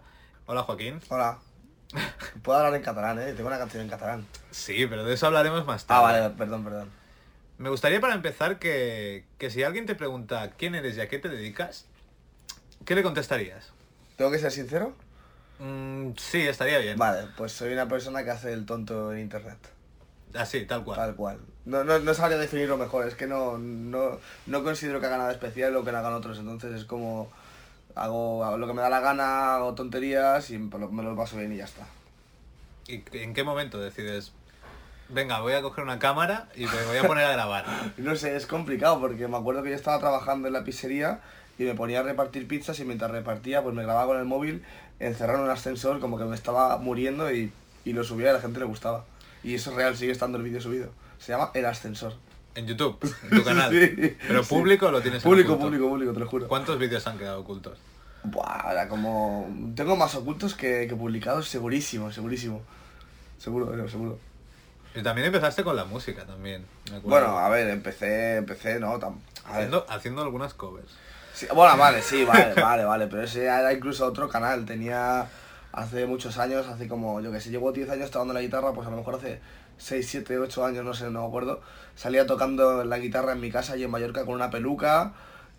S20: Hola, Joaquín.
S21: Hola. Puedo hablar en catalán, ¿eh? Tengo una canción en catalán.
S20: Sí, pero de eso hablaremos más
S21: Ah,
S20: tarde.
S21: vale, perdón, perdón.
S20: Me gustaría para empezar que, que si alguien te pregunta quién eres y a qué te dedicas, ¿qué le contestarías?
S21: ¿Tengo que ser sincero?
S20: Mm, sí, estaría bien.
S21: Vale, pues soy una persona que hace el tonto en internet.
S20: Así, tal cual.
S21: Tal cual. No, no, no sabría definirlo mejor, es que no, no, no considero que haga nada especial lo que hagan otros, entonces es como hago, hago lo que me da la gana, hago tonterías y me lo, me lo paso bien y ya está.
S20: ¿Y en qué momento decides, venga, voy a coger una cámara y me voy a poner a grabar?
S21: No sé, es complicado porque me acuerdo que yo estaba trabajando en la pizzería y me ponía a repartir pizzas y mientras repartía pues me grababa con el móvil encerrado en un ascensor como que me estaba muriendo y, y lo subía y a la gente le gustaba. Y eso es real, sigue estando el vídeo subido. Se llama El Ascensor.
S20: En YouTube, en tu canal. ¿Pero público lo tienes en
S21: Público,
S20: oculto?
S21: público, público, te lo juro.
S20: ¿Cuántos vídeos han quedado ocultos?
S21: Buah, era como... Tengo más ocultos que, que publicados, segurísimo, segurísimo. Seguro, eh, seguro.
S20: Y también empezaste con la música también. me acuerdo.
S21: Bueno, a ver, empecé, empecé, no, tam... a ver.
S20: haciendo, haciendo algunas covers.
S21: Sí, bueno, vale, sí, vale, vale, vale, pero ese era incluso otro canal, tenía hace muchos años, hace como, yo que sé, llevo 10 años tocando la guitarra, pues a lo mejor hace 6, 7, 8 años, no sé, no me acuerdo, salía tocando la guitarra en mi casa y en Mallorca con una peluca,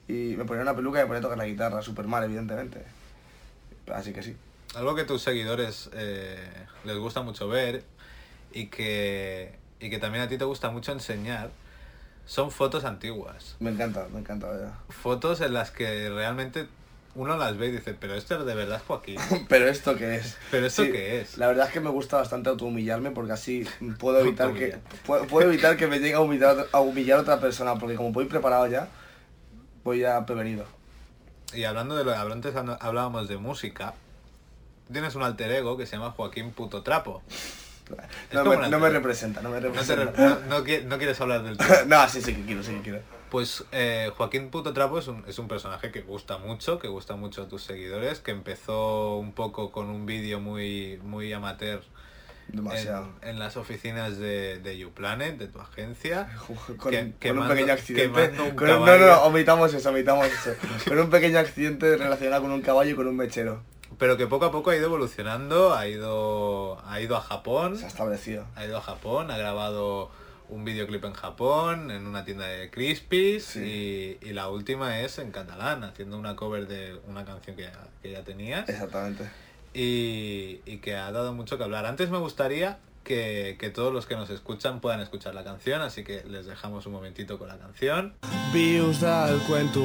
S21: y me ponía una peluca y me ponía a tocar la guitarra, súper mal, evidentemente. Así que sí.
S20: Algo que tus seguidores eh, les gusta mucho ver y que, y que también a ti te gusta mucho enseñar son fotos antiguas.
S21: Me encanta, me encanta, vaya.
S20: Fotos en las que realmente uno las ve y dice, pero esto de verdad es Joaquín.
S21: ¿Pero esto qué es?
S20: ¿Pero esto
S21: Sí,
S20: qué es?
S21: La verdad es que me gusta bastante autohumillarme porque así puedo evitar que puedo, puedo evitar que me llegue a humillar, a humillar otra persona porque como voy preparado ya, voy ya prevenido.
S20: Y hablando de lo antes habl- hablábamos de música, tú tienes un alter ego que se llama Joaquín Puto Trapo. Es
S21: No
S20: como
S21: me,
S20: un
S21: no me
S20: alter-
S21: representa, no me
S20: No, te
S21: representa.
S20: re- no- no qui- no quieres hablar del tema.
S21: no, sí, sí que quiero, sí que quiero.
S20: Pues eh, Joaquín Puto Trapo es un, es un personaje que gusta mucho, que gusta mucho a tus seguidores, que empezó un poco con un vídeo muy, muy amateur en-
S21: Demasiado.
S20: En, las oficinas de, de YouPlanet, de tu agencia. que-
S21: Con, con un
S20: quemando-
S21: pequeño accidente.
S20: quemando un
S21: con un- no,
S20: caballo.
S21: no, omitamos eso, omitamos eso. Con un pequeño accidente relacionado con un caballo y con un mechero.
S20: Pero que poco a poco ha ido evolucionando, ha ido, ha ido a Japón. Se
S21: ha establecido.
S20: Ha ido a Japón, ha grabado un videoclip en Japón, en una tienda de Crispies y, y la última es en catalán, haciendo una cover de una canción que ya, que ya tenías
S21: Exactamente.
S20: y, y que ha dado mucho que hablar. Antes me gustaría que, que todos los que nos escuchan puedan escuchar la canción, así que les dejamos un momentito con la canción.
S22: Vius del cuento,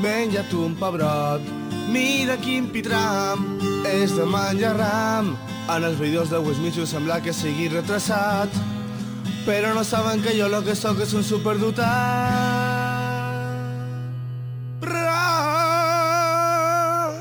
S22: menja't un pebrot. Mira quin pitram, és de menjar ram. En els vídeos de Wismichu sembla que sigui retrasat, però no saben que jo lo que sóc és un superdotat. Ra!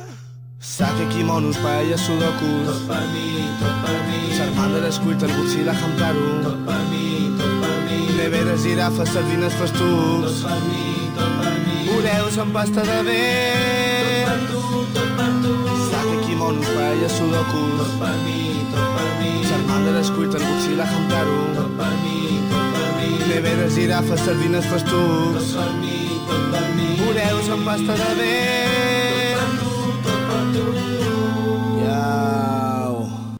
S22: Sake, quimonos, paella, sudokus. Tot per mi, tot per mi. Germandres, cuiten, botzila, hamtaro. Tot per mi, tot per mi. Neveres, girafes, sardines, festucs. Tot per mi, tot per mi. Oreus amb pasta de bé. Tot per tu, tot per tu. Sake, quimonos, paella, sudokus. Tot per mi, tot per mi. Germandres, cuiten, botzila, hamtaro. Tot per mi, tot per mi. Neveres, girafes, sardines, festucs. Tot per mi, tot per mi. Oreus amb pasta de bé. Tot per tu, tot per tu.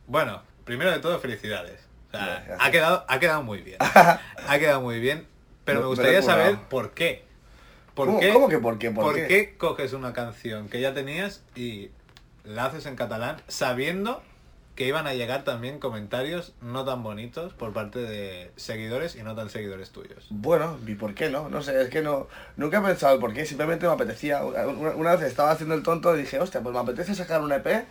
S20: Bueno, primero de todo, felicidades. O sea, ha, quedado, ha quedado muy bien. Ha quedado muy bien, pero me
S21: Me- me
S20: gustaría
S21: lo he currado.
S20: saber por qué. ¿Por
S21: ¿Cómo-
S20: qué,
S21: cómo que por qué, por qué?
S20: coges una canción que ya tenías y la haces en catalán sabiendo que iban a llegar también comentarios no tan bonitos por parte de seguidores y no tan seguidores tuyos?
S21: Bueno, ¿y por qué no? No sé, es que no nunca he pensado el por qué, simplemente me apetecía. Una, una vez estaba haciendo el tonto y dije, hostia, pues me apetece sacar un EP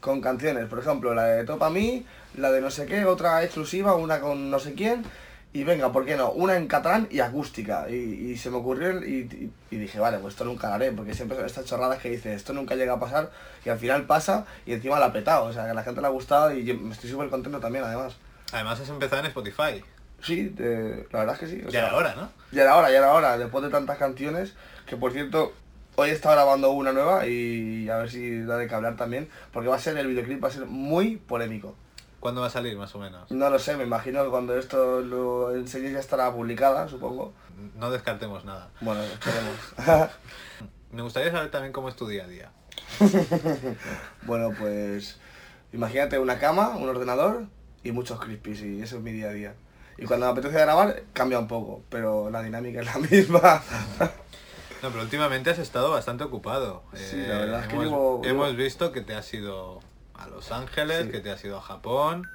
S21: con canciones, por ejemplo, la de Topa Mí, la de no sé qué, otra exclusiva, una con no sé quién, Y venga, ¿por qué no? Una en catalán y acústica. Y, y se me ocurrió y, y- y dije, vale, pues esto nunca lo haré, porque siempre son estas chorradas que dices, esto nunca llega a pasar, y al final pasa, y encima la ha petado. O sea, que a la gente le ha gustado y yo me estoy súper contento también, además.
S20: Además has empezado en Spotify.
S21: Sí, eh, la verdad es que sí. o
S20: Ya era hora, ¿no?
S21: Ya era hora, ya era hora, después de tantas canciones, que por cierto, hoy he estado grabando una nueva y a ver si da de que hablar también, porque va a ser, el videoclip va a ser muy polémico.
S20: ¿Cuándo va a salir, más o menos?
S21: No lo sé, me imagino que cuando esto lo enseñéis ya estará publicada, supongo.
S20: No descartemos nada.
S21: Bueno, esperemos.
S20: Me gustaría saber también cómo es tu día a día.
S21: bueno, pues imagínate una cama, un ordenador y muchos crispies y eso es mi día a día. Y cuando me apetece grabar cambia un poco, pero la dinámica es la misma.
S20: No, pero últimamente has estado bastante ocupado. Eh,
S21: Sí, la verdad es que
S20: hemos,
S21: llevo-
S20: hemos visto que te has ido a Los Ángeles, que te has ido a Japón.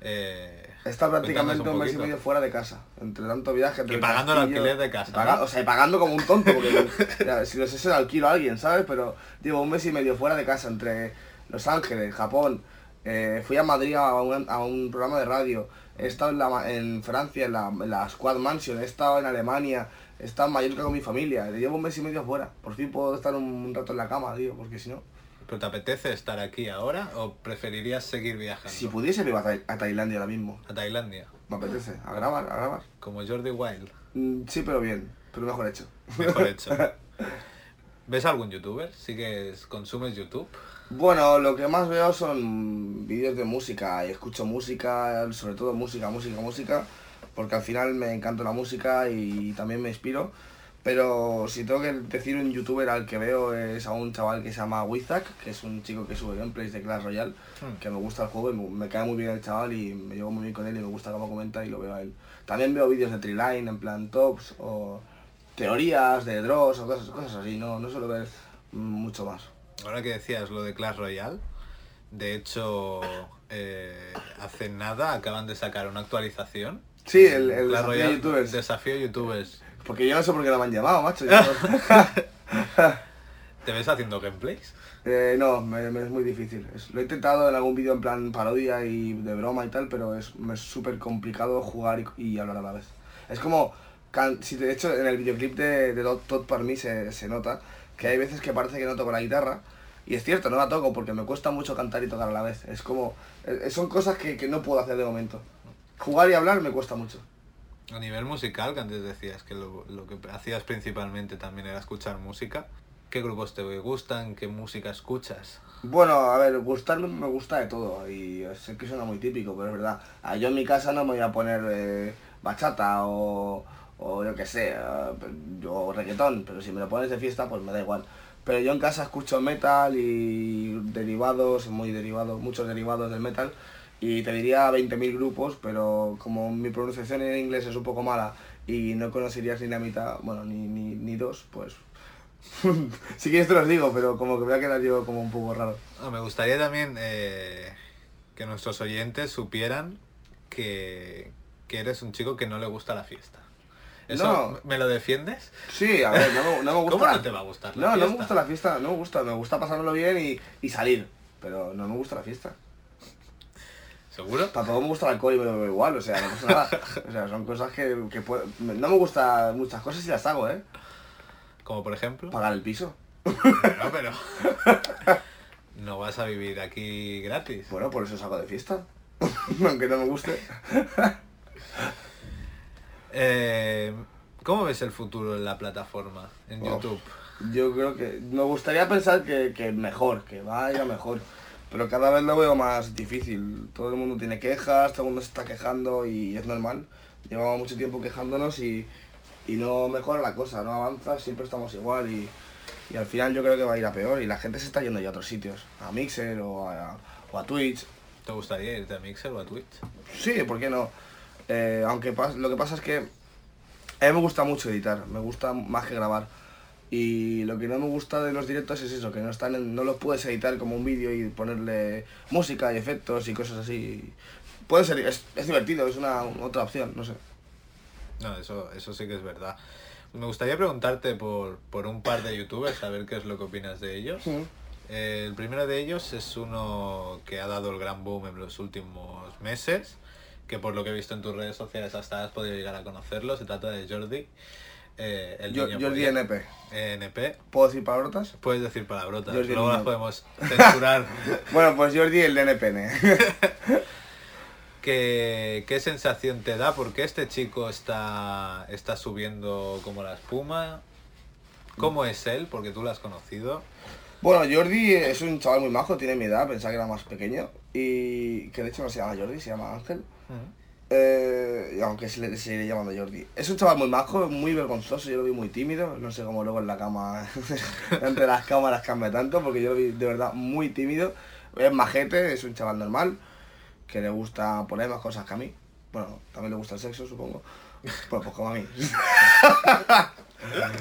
S20: Eh,
S21: Está prácticamente
S20: cuéntanos
S21: un, mes y
S20: poquito.
S21: medio fuera de casa, entre tanto viaje, entre
S20: Y pagando el
S21: castillo,
S20: alquiler de casa,
S21: paga-
S20: ¿no?
S21: O sea, y pagando como un tonto, porque mira, si no sé si lo alquilo a alguien, ¿sabes? Pero llevo un mes y medio fuera de casa, entre Los Ángeles, Japón, eh, fui a Madrid a un, a un programa de radio, he estado en, la ma- en Francia, en la, en la Squad Mansion, he estado en Alemania, he estado en Mallorca con mi familia, llevo un mes y medio fuera, por fin puedo estar un, un rato en la cama, tío, porque si no...
S20: ¿Pero te apetece estar aquí ahora o preferirías seguir viajando?
S21: Si pudiese me iba a, Tai- a Tailandia ahora mismo.
S20: A Tailandia.
S21: Me apetece, a grabar, a grabar.
S20: Como Jordi Wild.
S21: Mm, Sí, pero bien, pero mejor hecho.
S20: Mejor hecho. ¿Ves algún youtuber? ¿Sigues, consumes YouTube?
S21: Bueno, lo que más veo son vídeos de música y escucho música, sobre todo música, música, música, porque al final me encanta la música y también me inspiro. Pero si tengo que decir un youtuber al que veo es a un chaval que se llama Wizak, que es un chico que sube gameplays de Clash Royale,
S20: Hmm.
S21: que me gusta el juego y me, me cae muy bien el chaval y me llevo muy bien con él y me gusta cómo comenta y lo veo a él. También veo vídeos de Triline en plan tops o teorías de Dross o cosas, cosas así, no, no suelo ver mm, mucho más.
S20: Ahora que decías lo de Clash Royale, de hecho, eh, hace nada acaban de sacar una actualización.
S21: Sí, el, el
S20: Clash
S21: desafío
S20: Royale,
S21: youtubers.
S20: Desafío youtubers.
S21: Porque yo no sé por qué no me han llamado, macho. yo no-
S20: ¿Te ves haciendo gameplays?
S21: Eh, no, me- me es muy difícil. Es- lo he intentado en algún vídeo en plan parodia y de broma y tal, pero es me es súper complicado jugar y, y hablar a la vez. Es como, can- si de hecho en el videoclip de, de Todd- Todd para mí se, se nota que hay veces que parece que no toco la guitarra. Y es cierto, no la toco porque me cuesta mucho cantar y tocar a la vez. Es como, eh, son cosas que, que no puedo hacer de momento. Jugar y hablar me cuesta mucho.
S20: A nivel musical, que antes decías que lo, lo que hacías principalmente también era escuchar música. ¿Qué grupos te gustan? ¿Qué música escuchas?
S21: Bueno, a ver, gustarme me gusta de todo y sé que suena muy típico, pero es verdad. Ah, Yo en mi casa no me voy a poner eh, bachata o, o yo qué sé, ah, o reggaetón, pero si me lo pones de fiesta pues me da igual. Pero yo en casa escucho metal y derivados, muy derivados, muchos derivados del metal y te diría 20.000 grupos, pero como mi pronunciación en inglés es un poco mala y no conocerías ni la mitad, bueno, ni, ni, ni dos, pues si quieres te los digo, pero como que me voy a quedar yo como un poco raro.
S20: Ah, me gustaría también eh, que nuestros oyentes supieran que, que eres un chico que no le gusta la fiesta. ¿Eso
S21: No.
S20: me lo defiendes?
S21: Sí, a ver, no, me- no me gusta.
S20: ¿Cómo
S21: la-
S20: no te va a gustar la
S21: No, no me
S20: fiesta?
S21: gusta la fiesta, no me gusta, me gusta pasármelo bien y, y salir, pero no me gusta la fiesta.
S20: ¿Seguro?
S21: Tampoco me gusta el alcohol y me lo bebo igual, o sea, no pasa nada. O sea, son cosas que, que puedo- me- No me gustan muchas cosas y las hago, ¿eh?
S20: Como por ejemplo.
S21: Pagar el piso.
S20: No, pero. No vas a vivir aquí gratis.
S21: Bueno, por eso salgo de fiesta. Aunque no me guste.
S20: Eh, ¿Cómo ves el futuro en la plataforma, en
S21: Uf.
S20: YouTube?
S21: Yo creo que. Me gustaría pensar que, que mejor, que vaya mejor. Pero cada vez lo veo más difícil. Todo el mundo tiene quejas, todo el mundo se está quejando y es normal. Llevamos mucho tiempo quejándonos y, y no mejora la cosa, no avanza, siempre estamos igual y, y al final yo creo que va a ir a peor y la gente se está yendo ya a otros sitios, a Mixer o a, o a Twitch.
S20: ¿Te gustaría irte a Mixer o a Twitch?
S21: Sí, ¿por qué no? Eh, aunque pas- lo que pasa es que a mí me gusta mucho editar, me gusta más que grabar. Y lo que no me gusta de los directos es eso, que no están en- no los puedes editar como un vídeo y ponerle música y efectos y cosas así. Puede ser, es, es divertido, es una otra opción, no sé.
S20: No, eso, eso sí que es verdad. Me gustaría preguntarte por, por un par de youtubers, a ver qué es lo que opinas de ellos. Eh, el primero de ellos es uno que ha dado el gran boom en los últimos meses, que por lo que he visto en tus redes sociales hasta has podido llegar a conocerlo. Se trata de Jordi. eh, el
S21: Yo-
S20: niño
S21: Jordi
S20: polla.
S21: NP.
S20: Eh, NP.
S21: ¿Puedo decir palabrotas?
S20: Puedes decir palabrotas.
S21: Jordi el
S20: Luego las
S21: niño.
S20: podemos censurar.
S21: bueno, pues Jordi el NPN.
S20: ¿Qué, qué sensación te da? Porque este chico está, está subiendo como la espuma. ¿Cómo es él? Porque tú lo has conocido.
S21: Bueno, Jordi es un chaval muy majo, tiene mi edad, pensaba que era más pequeño. Y que de hecho no se llama Jordi, se llama Ángel. Eh, y aunque se le seguiré llamando Jordi. Es un chaval muy majo, muy vergonzoso, yo lo vi muy tímido. No sé cómo luego en la cama, entre las cámaras cambia tanto, porque yo lo vi de verdad muy tímido. Es majete, es un chaval normal, que le gusta poner más cosas que a mí. Bueno, también le gusta el sexo, supongo. Bueno, pues como a mí.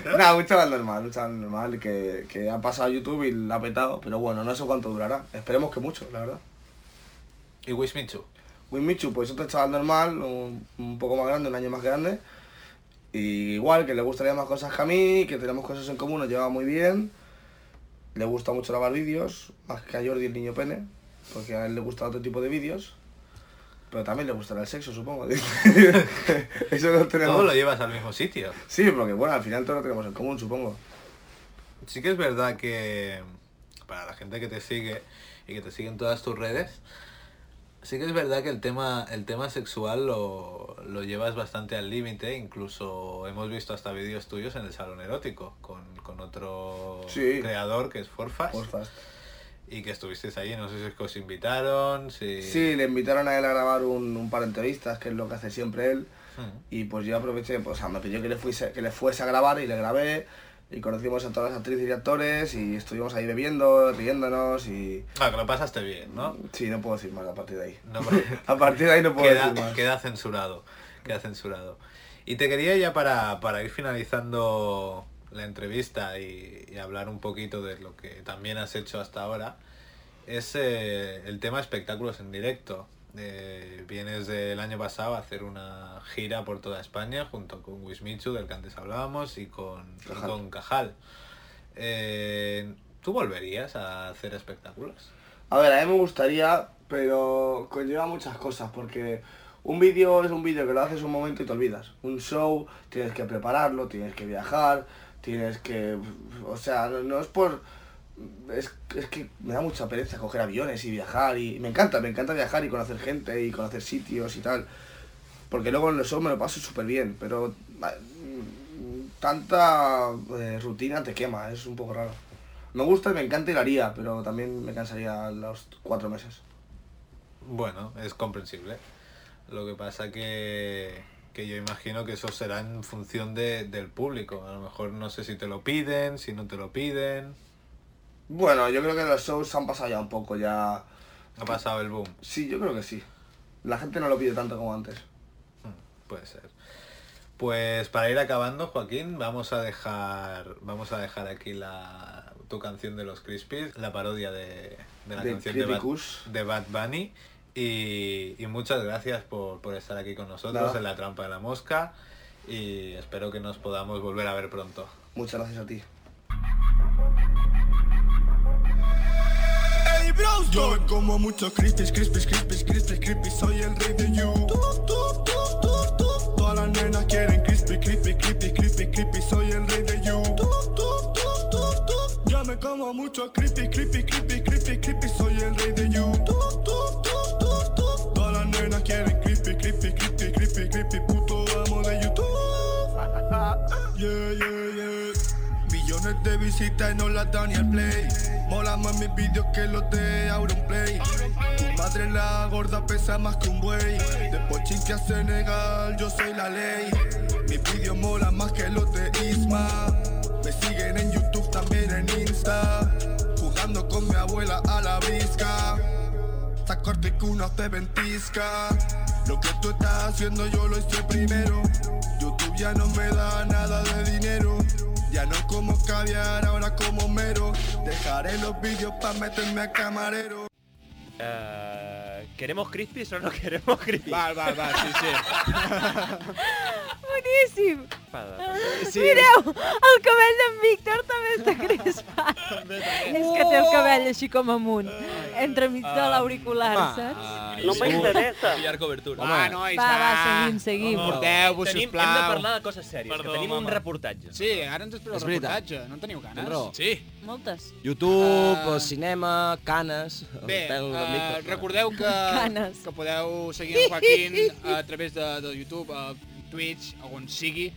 S21: Nada, un chaval normal, un chaval normal que, que ha pasado YouTube y la ha petado, pero bueno, no sé cuánto durará. Esperemos que mucho, la verdad.
S20: ¿Y Wismichu?
S21: Wismichu, pues otro chaval normal, un, un poco más grande, un año más grande. Y igual, que le gustaría más cosas que a mí, que tenemos cosas en común, nos lleva muy bien. Le gusta mucho grabar vídeos, más que a Jordi el niño pene, porque a él le gusta otro tipo de vídeos. Pero también le gustará el sexo, supongo. Eso lo tenemos.
S20: Todo lo llevas al mismo sitio.
S21: Sí, porque bueno, al final todo lo tenemos en común, supongo.
S20: Sí que es verdad que para la gente que te sigue y que te sigue en todas tus redes, sí que es verdad que el tema, el tema sexual lo, lo llevas bastante al límite, incluso hemos visto hasta vídeos tuyos en el salón erótico con, con otro
S21: Sí.
S20: creador que es Forfast. Y que estuvisteis allí, no sé si es que os invitaron, si...
S21: Sí, Eh, le invitaron a él a grabar un, un par de entrevistas, que es lo que hace siempre él.
S20: Mm.
S21: Y pues yo aproveché, pues, o sea, me pidió que le, fuese, que le fuese a grabar y le grabé. Y conocimos a todas las actrices y actores y estuvimos ahí bebiendo, riéndonos y...
S20: Ah, que lo pasaste bien, ¿no?
S21: Sí, no puedo decir más a partir de ahí.
S20: No,
S21: a partir de ahí no puedo
S20: queda,
S21: decir más.
S20: Queda censurado, queda censurado. Y te quería ya para, para ir finalizando la entrevista y, y hablar un poquito de lo que también has hecho hasta ahora, es eh, el tema espectáculos en directo. Eh, vienes del año pasado a hacer una gira por toda España junto con Wismichu, del que antes hablábamos, y con y con Cajal. Eh, ¿Tú volverías a hacer espectáculos?
S21: A ver, a mí me gustaría, pero conlleva muchas cosas, porque un vídeo es un vídeo que lo haces un momento y te olvidas. Un show tienes que prepararlo, tienes que viajar, tienes que... O sea, no, no es por... Es, es que me da mucha pereza coger aviones y viajar y me encanta, me encanta viajar y conocer gente y conocer sitios y tal. Porque luego en los shows me lo paso súper bien, pero ah, mm, tanta eh, rutina te quema, es un poco raro. Me gusta y me encanta y lo haría, pero también me cansaría a los cuatro meses.
S20: Bueno, es comprensible. Lo que pasa que, que yo imagino que eso será en función de, del público. A lo mejor no sé si te lo piden, si no te lo piden.
S21: Bueno, yo creo que los shows han pasado ya un poco, ya...
S20: Ha pasado el boom.
S21: Sí, yo creo que sí. La gente no lo pide tanto como antes.
S20: Mm, Puede ser. Pues para ir acabando, Joaquín, vamos a dejar, vamos a dejar aquí la, tu canción de los Crispies, la parodia de, de la
S21: De
S20: canción de Bad,
S21: Criticus.
S20: de Bad Bunny. Y, y muchas gracias por, por estar aquí con nosotros
S21: Nada.
S20: en La Trampa de la Mosca. Y espero que nos podamos volver a ver pronto.
S21: Muchas gracias a ti.
S9: Ey, bros, yo me como muchos crispies, crispies, crispies, crispies, crispies, soy el rey de you. Tú, tú, tú, tú, tú. Todas las nenas quieren crispy, crispy, crispy, crispy, crispy, soy el rey de you. Tú, tú, tú, tú, tú. Yo me como muchos crispy, crispy, crispy, crispy, crispy, soy el rey de you. Tú, tú, tú, tú, tú. Todas las nenas quieren crispy, crispy, crispy, crispy, crispy, puto amo de YouTube. Yeah, yeah, yeah. Millones de visitas y no las da ni el play. Mola más mis vídeos que los de Auron Play. Tu madre la gorda pesa más que un buey. De Pochinque a Senegal, yo soy la ley. Mis vídeos molan más que los de Isma. Me siguen en YouTube, también en Insta. Jugando con mi abuela a la brisca. Está corto y que una te ventisca. Lo que tú estás haciendo yo lo hice primero. YouTube ya no me da nada de dinero. Ya no como caviar, ahora como mero. Dejaré los vídeos pa' meterme a camarero.
S3: Eh, ¿Queremos crispies o no queremos crispies?
S1: Val, val, val, sí, sí.
S2: Boníssim!
S3: crispada.
S2: Sí. Mireu, el cabell d'en Víctor també està crispat. És que té el
S3: Oh!
S2: cabell així com amunt, entre mig
S3: Ah.
S2: de l'auricular,
S3: home,
S2: saps?
S3: No m'interessa. Pillar cobertura.
S1: Va, nois,
S2: Va, va, seguim, seguim.
S1: Porteu-vos,
S3: Tenim-
S1: sisplau.
S3: Hem de parlar de coses sèries,
S1: Perdó,
S3: que tenim
S1: mama.
S3: un reportatge.
S1: Sí, ara ens espera el
S5: És veritat.
S1: reportatge. No en teniu
S5: Tens
S1: ganes?
S5: raó.
S4: Sí.
S2: Moltes.
S5: YouTube, uh... cinema, canes...
S1: Bé,
S5: hotel de
S1: eh,
S5: Víctor.
S1: recordeu que,
S2: Canes.
S1: que podeu seguir en Joaquín a través de, de YouTube, a Twitch, a on sigui,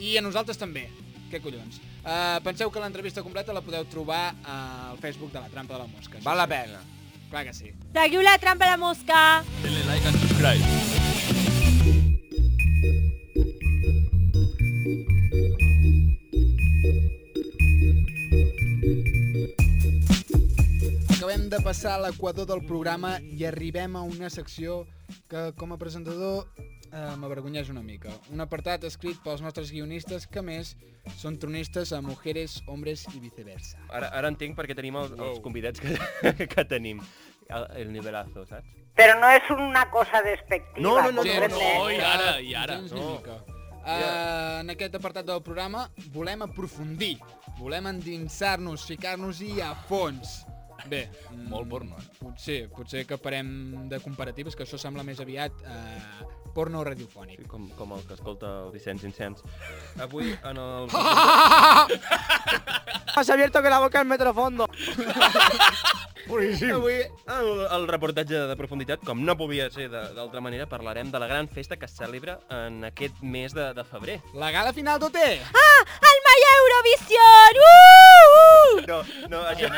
S1: i a nosaltres també. Què collons? Uh, penseu que l'entrevista completa la podeu trobar al Facebook de la Trampa de la Mosca. Val la pena. Clar que sí.
S2: Seguiu la trampa a la mosca.
S10: Denle like and subscribe.
S1: Acabem de passar l'equador del programa i arribem a una secció que, com a presentador, eh, m'avergonyeix una mica. Un apartat escrit pels nostres guionistes que, a més, són tronistes a mujeres, hombres i viceversa.
S3: Ara, ara entenc per què tenim els, els convidats que, que tenim. El, el nivelazo, saps?
S7: Pero no es una cosa despectiva.
S3: No, no, no,
S7: ¿tú
S3: no,
S7: crees?
S3: no, i ara, i ara.
S1: Gens
S3: No.
S1: ni mica. Eh, en aquest apartat del programa volem aprofundir, volem endinsar-nos, ficar-nos-hi a fons. Bé, mm,
S4: Molt porno, eh?
S1: potser, potser que parem de comparatives, que això sembla més aviat eh, porno radiofònic.
S3: Sí, com, com el que escolta el Vicenç Incens. Avui en el...
S8: Has abierto que la boca al metrofondo.
S3: Boníssim. Avui, el, el reportatge de profunditat, com no podia ser de- d'altra manera, parlarem de la gran festa que es celebra en aquest mes de, de febrer.
S1: La gala final d'OT!
S2: Ah, el My Eurovision! Uh! uh!
S3: No, no, això...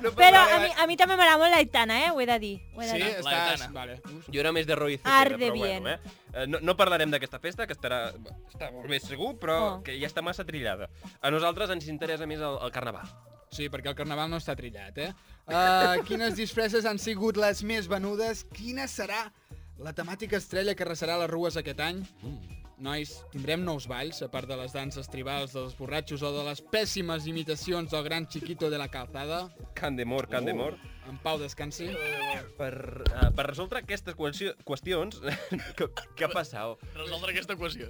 S3: No,
S2: Però a mi, a mi també m'agrada molt l'Aitana, eh? Ho he de dir. Ho he de
S3: Sí,
S2: dir.
S3: estàs...
S1: Vale.
S3: Jo era més de Roy
S2: Arde
S3: Cepeda, però
S2: bien.
S3: bueno, eh? Eh, No, no parlarem d'aquesta festa, que estarà, està molt bé segur, però oh. que ja està massa trillada. A nosaltres ens interessa més el, el carnaval.
S1: Sí, perquè el carnaval no està trillat, eh? Uh, quines disfresses han sigut les més venudes? Quina serà la temàtica estrella que arrasarà les rues aquest any?
S3: Mm.
S1: Nois, tindrem nous balls, a part de les danses tribals dels borratxos o de les pèssimes imitacions del gran Chiquito de la Calzada? Uh,
S3: Can de mort, can de mort.
S1: En Pau descansi.
S3: Per, uh, per resoldre aquestes qüestio- qüestions, que, que ha passat?
S4: Resoldre aquesta equació.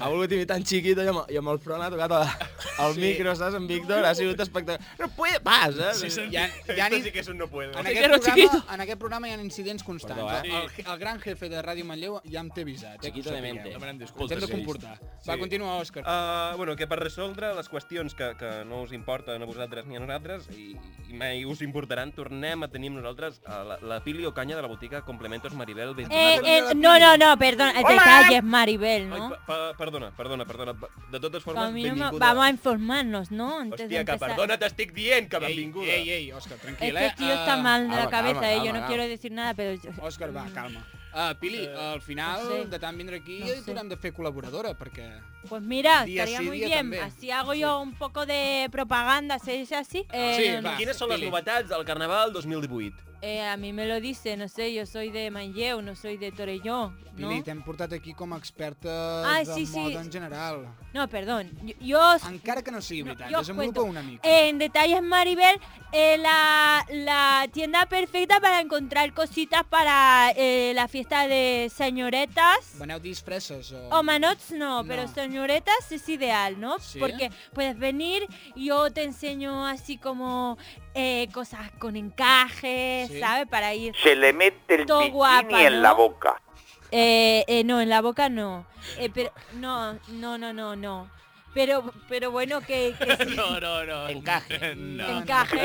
S5: Ha volgut imitar en Chiquito i amb, i amb el front ha tocat el, el sí. micro, saps, en Víctor? Ha sigut espectacular. No puede pas, eh?
S1: Sí, sí.
S5: Ja,
S1: ja ni-
S3: Esto sí que és un no puedo.
S1: En aquest, programa, en aquest programa hi ha incidents constants.
S5: Perdó, eh?
S1: el, el gran jefe de Ràdio Manlleu ja em té avisat. Eh?
S5: Chiquito
S1: que ho
S5: de
S1: sapigueu.
S5: mente. Demanem
S1: Ens hem de comportar. Va, continua, Òscar.
S3: Uh, bueno, que per resoldre les qüestions que, que no us importen a vosaltres ni a nosaltres i, i mai us importaran, tornem a tenir amb nosaltres a la, la Pili Ocaña de la botiga Complementos Maribel 21.
S2: Eh, eh, no, no, no, perdona, te calles, Maribel,
S3: Ai,
S2: ¿no?
S3: pa, pa, perdona, perdona, perdona. pa- De totes formes,
S2: Pa mí no me-
S3: benvinguda.
S2: Vamos a informarnos, ¿no? Antes de
S3: Hòstia, que
S2: empezar.
S3: perdona, t'estic dient que benvinguda.
S1: Ei, ei, Òscar,
S2: Es
S1: tranquil,
S2: que
S1: eh?
S2: el tío está
S1: Eh,
S2: mal de la
S1: calma,
S2: cabeza,
S1: calma,
S2: eh. Yo
S1: calma,
S2: no quiero
S1: calma.
S2: decir nada, pero...
S1: Òscar, va, calma. Uh, Pili, al final
S2: Eh, no sé.
S1: de tant vindre aquí
S2: No
S1: no
S2: sé.
S1: t'haurem de fer col·laboradora, perquè...
S2: Pues mira,
S1: Día
S2: estaría
S1: sí,
S2: muy
S1: día
S2: bien.
S1: también.
S2: Así hago yo un poco de propaganda, ¿se dice así? Eh, no, no.
S3: Quines són les novetats del Carnaval 2018?
S2: Eh, a mí me lo dice, no sé, yo soy de Manlleu, no soy de Torellón, ¿no?
S1: Pili, t'hem portat aquí com a experta
S2: Ah,
S1: de
S2: sí, sí.
S1: moda en general.
S2: No, perdón. Yo, yo-
S1: Encara que no sigui veritat,
S2: yo os
S1: desenvolupa
S2: cuento.
S1: una mica.
S2: Eh, en detalles, Maribel, eh, la, la tienda perfecta para encontrar cositas para eh, la fiesta de señoretas.
S1: Veneu disfresses o...
S2: O manots no, pero
S1: No.
S2: señoretas es ideal, ¿no?
S1: Sí.
S2: Porque puedes venir y yo te enseño así como eh, cosas con encajes,
S19: Sí.
S2: ¿sabes? Para ir...
S19: Se le mete el
S2: Todo
S19: bikini
S2: guapa,
S19: en
S2: ¿no?
S19: la boca.
S2: Eh, eh, no, en la boca no. Eh, pero no, no, no, no, no. Pero, pero bueno, que, que sí.
S4: No, no, no. Encaje. No.
S2: encaje.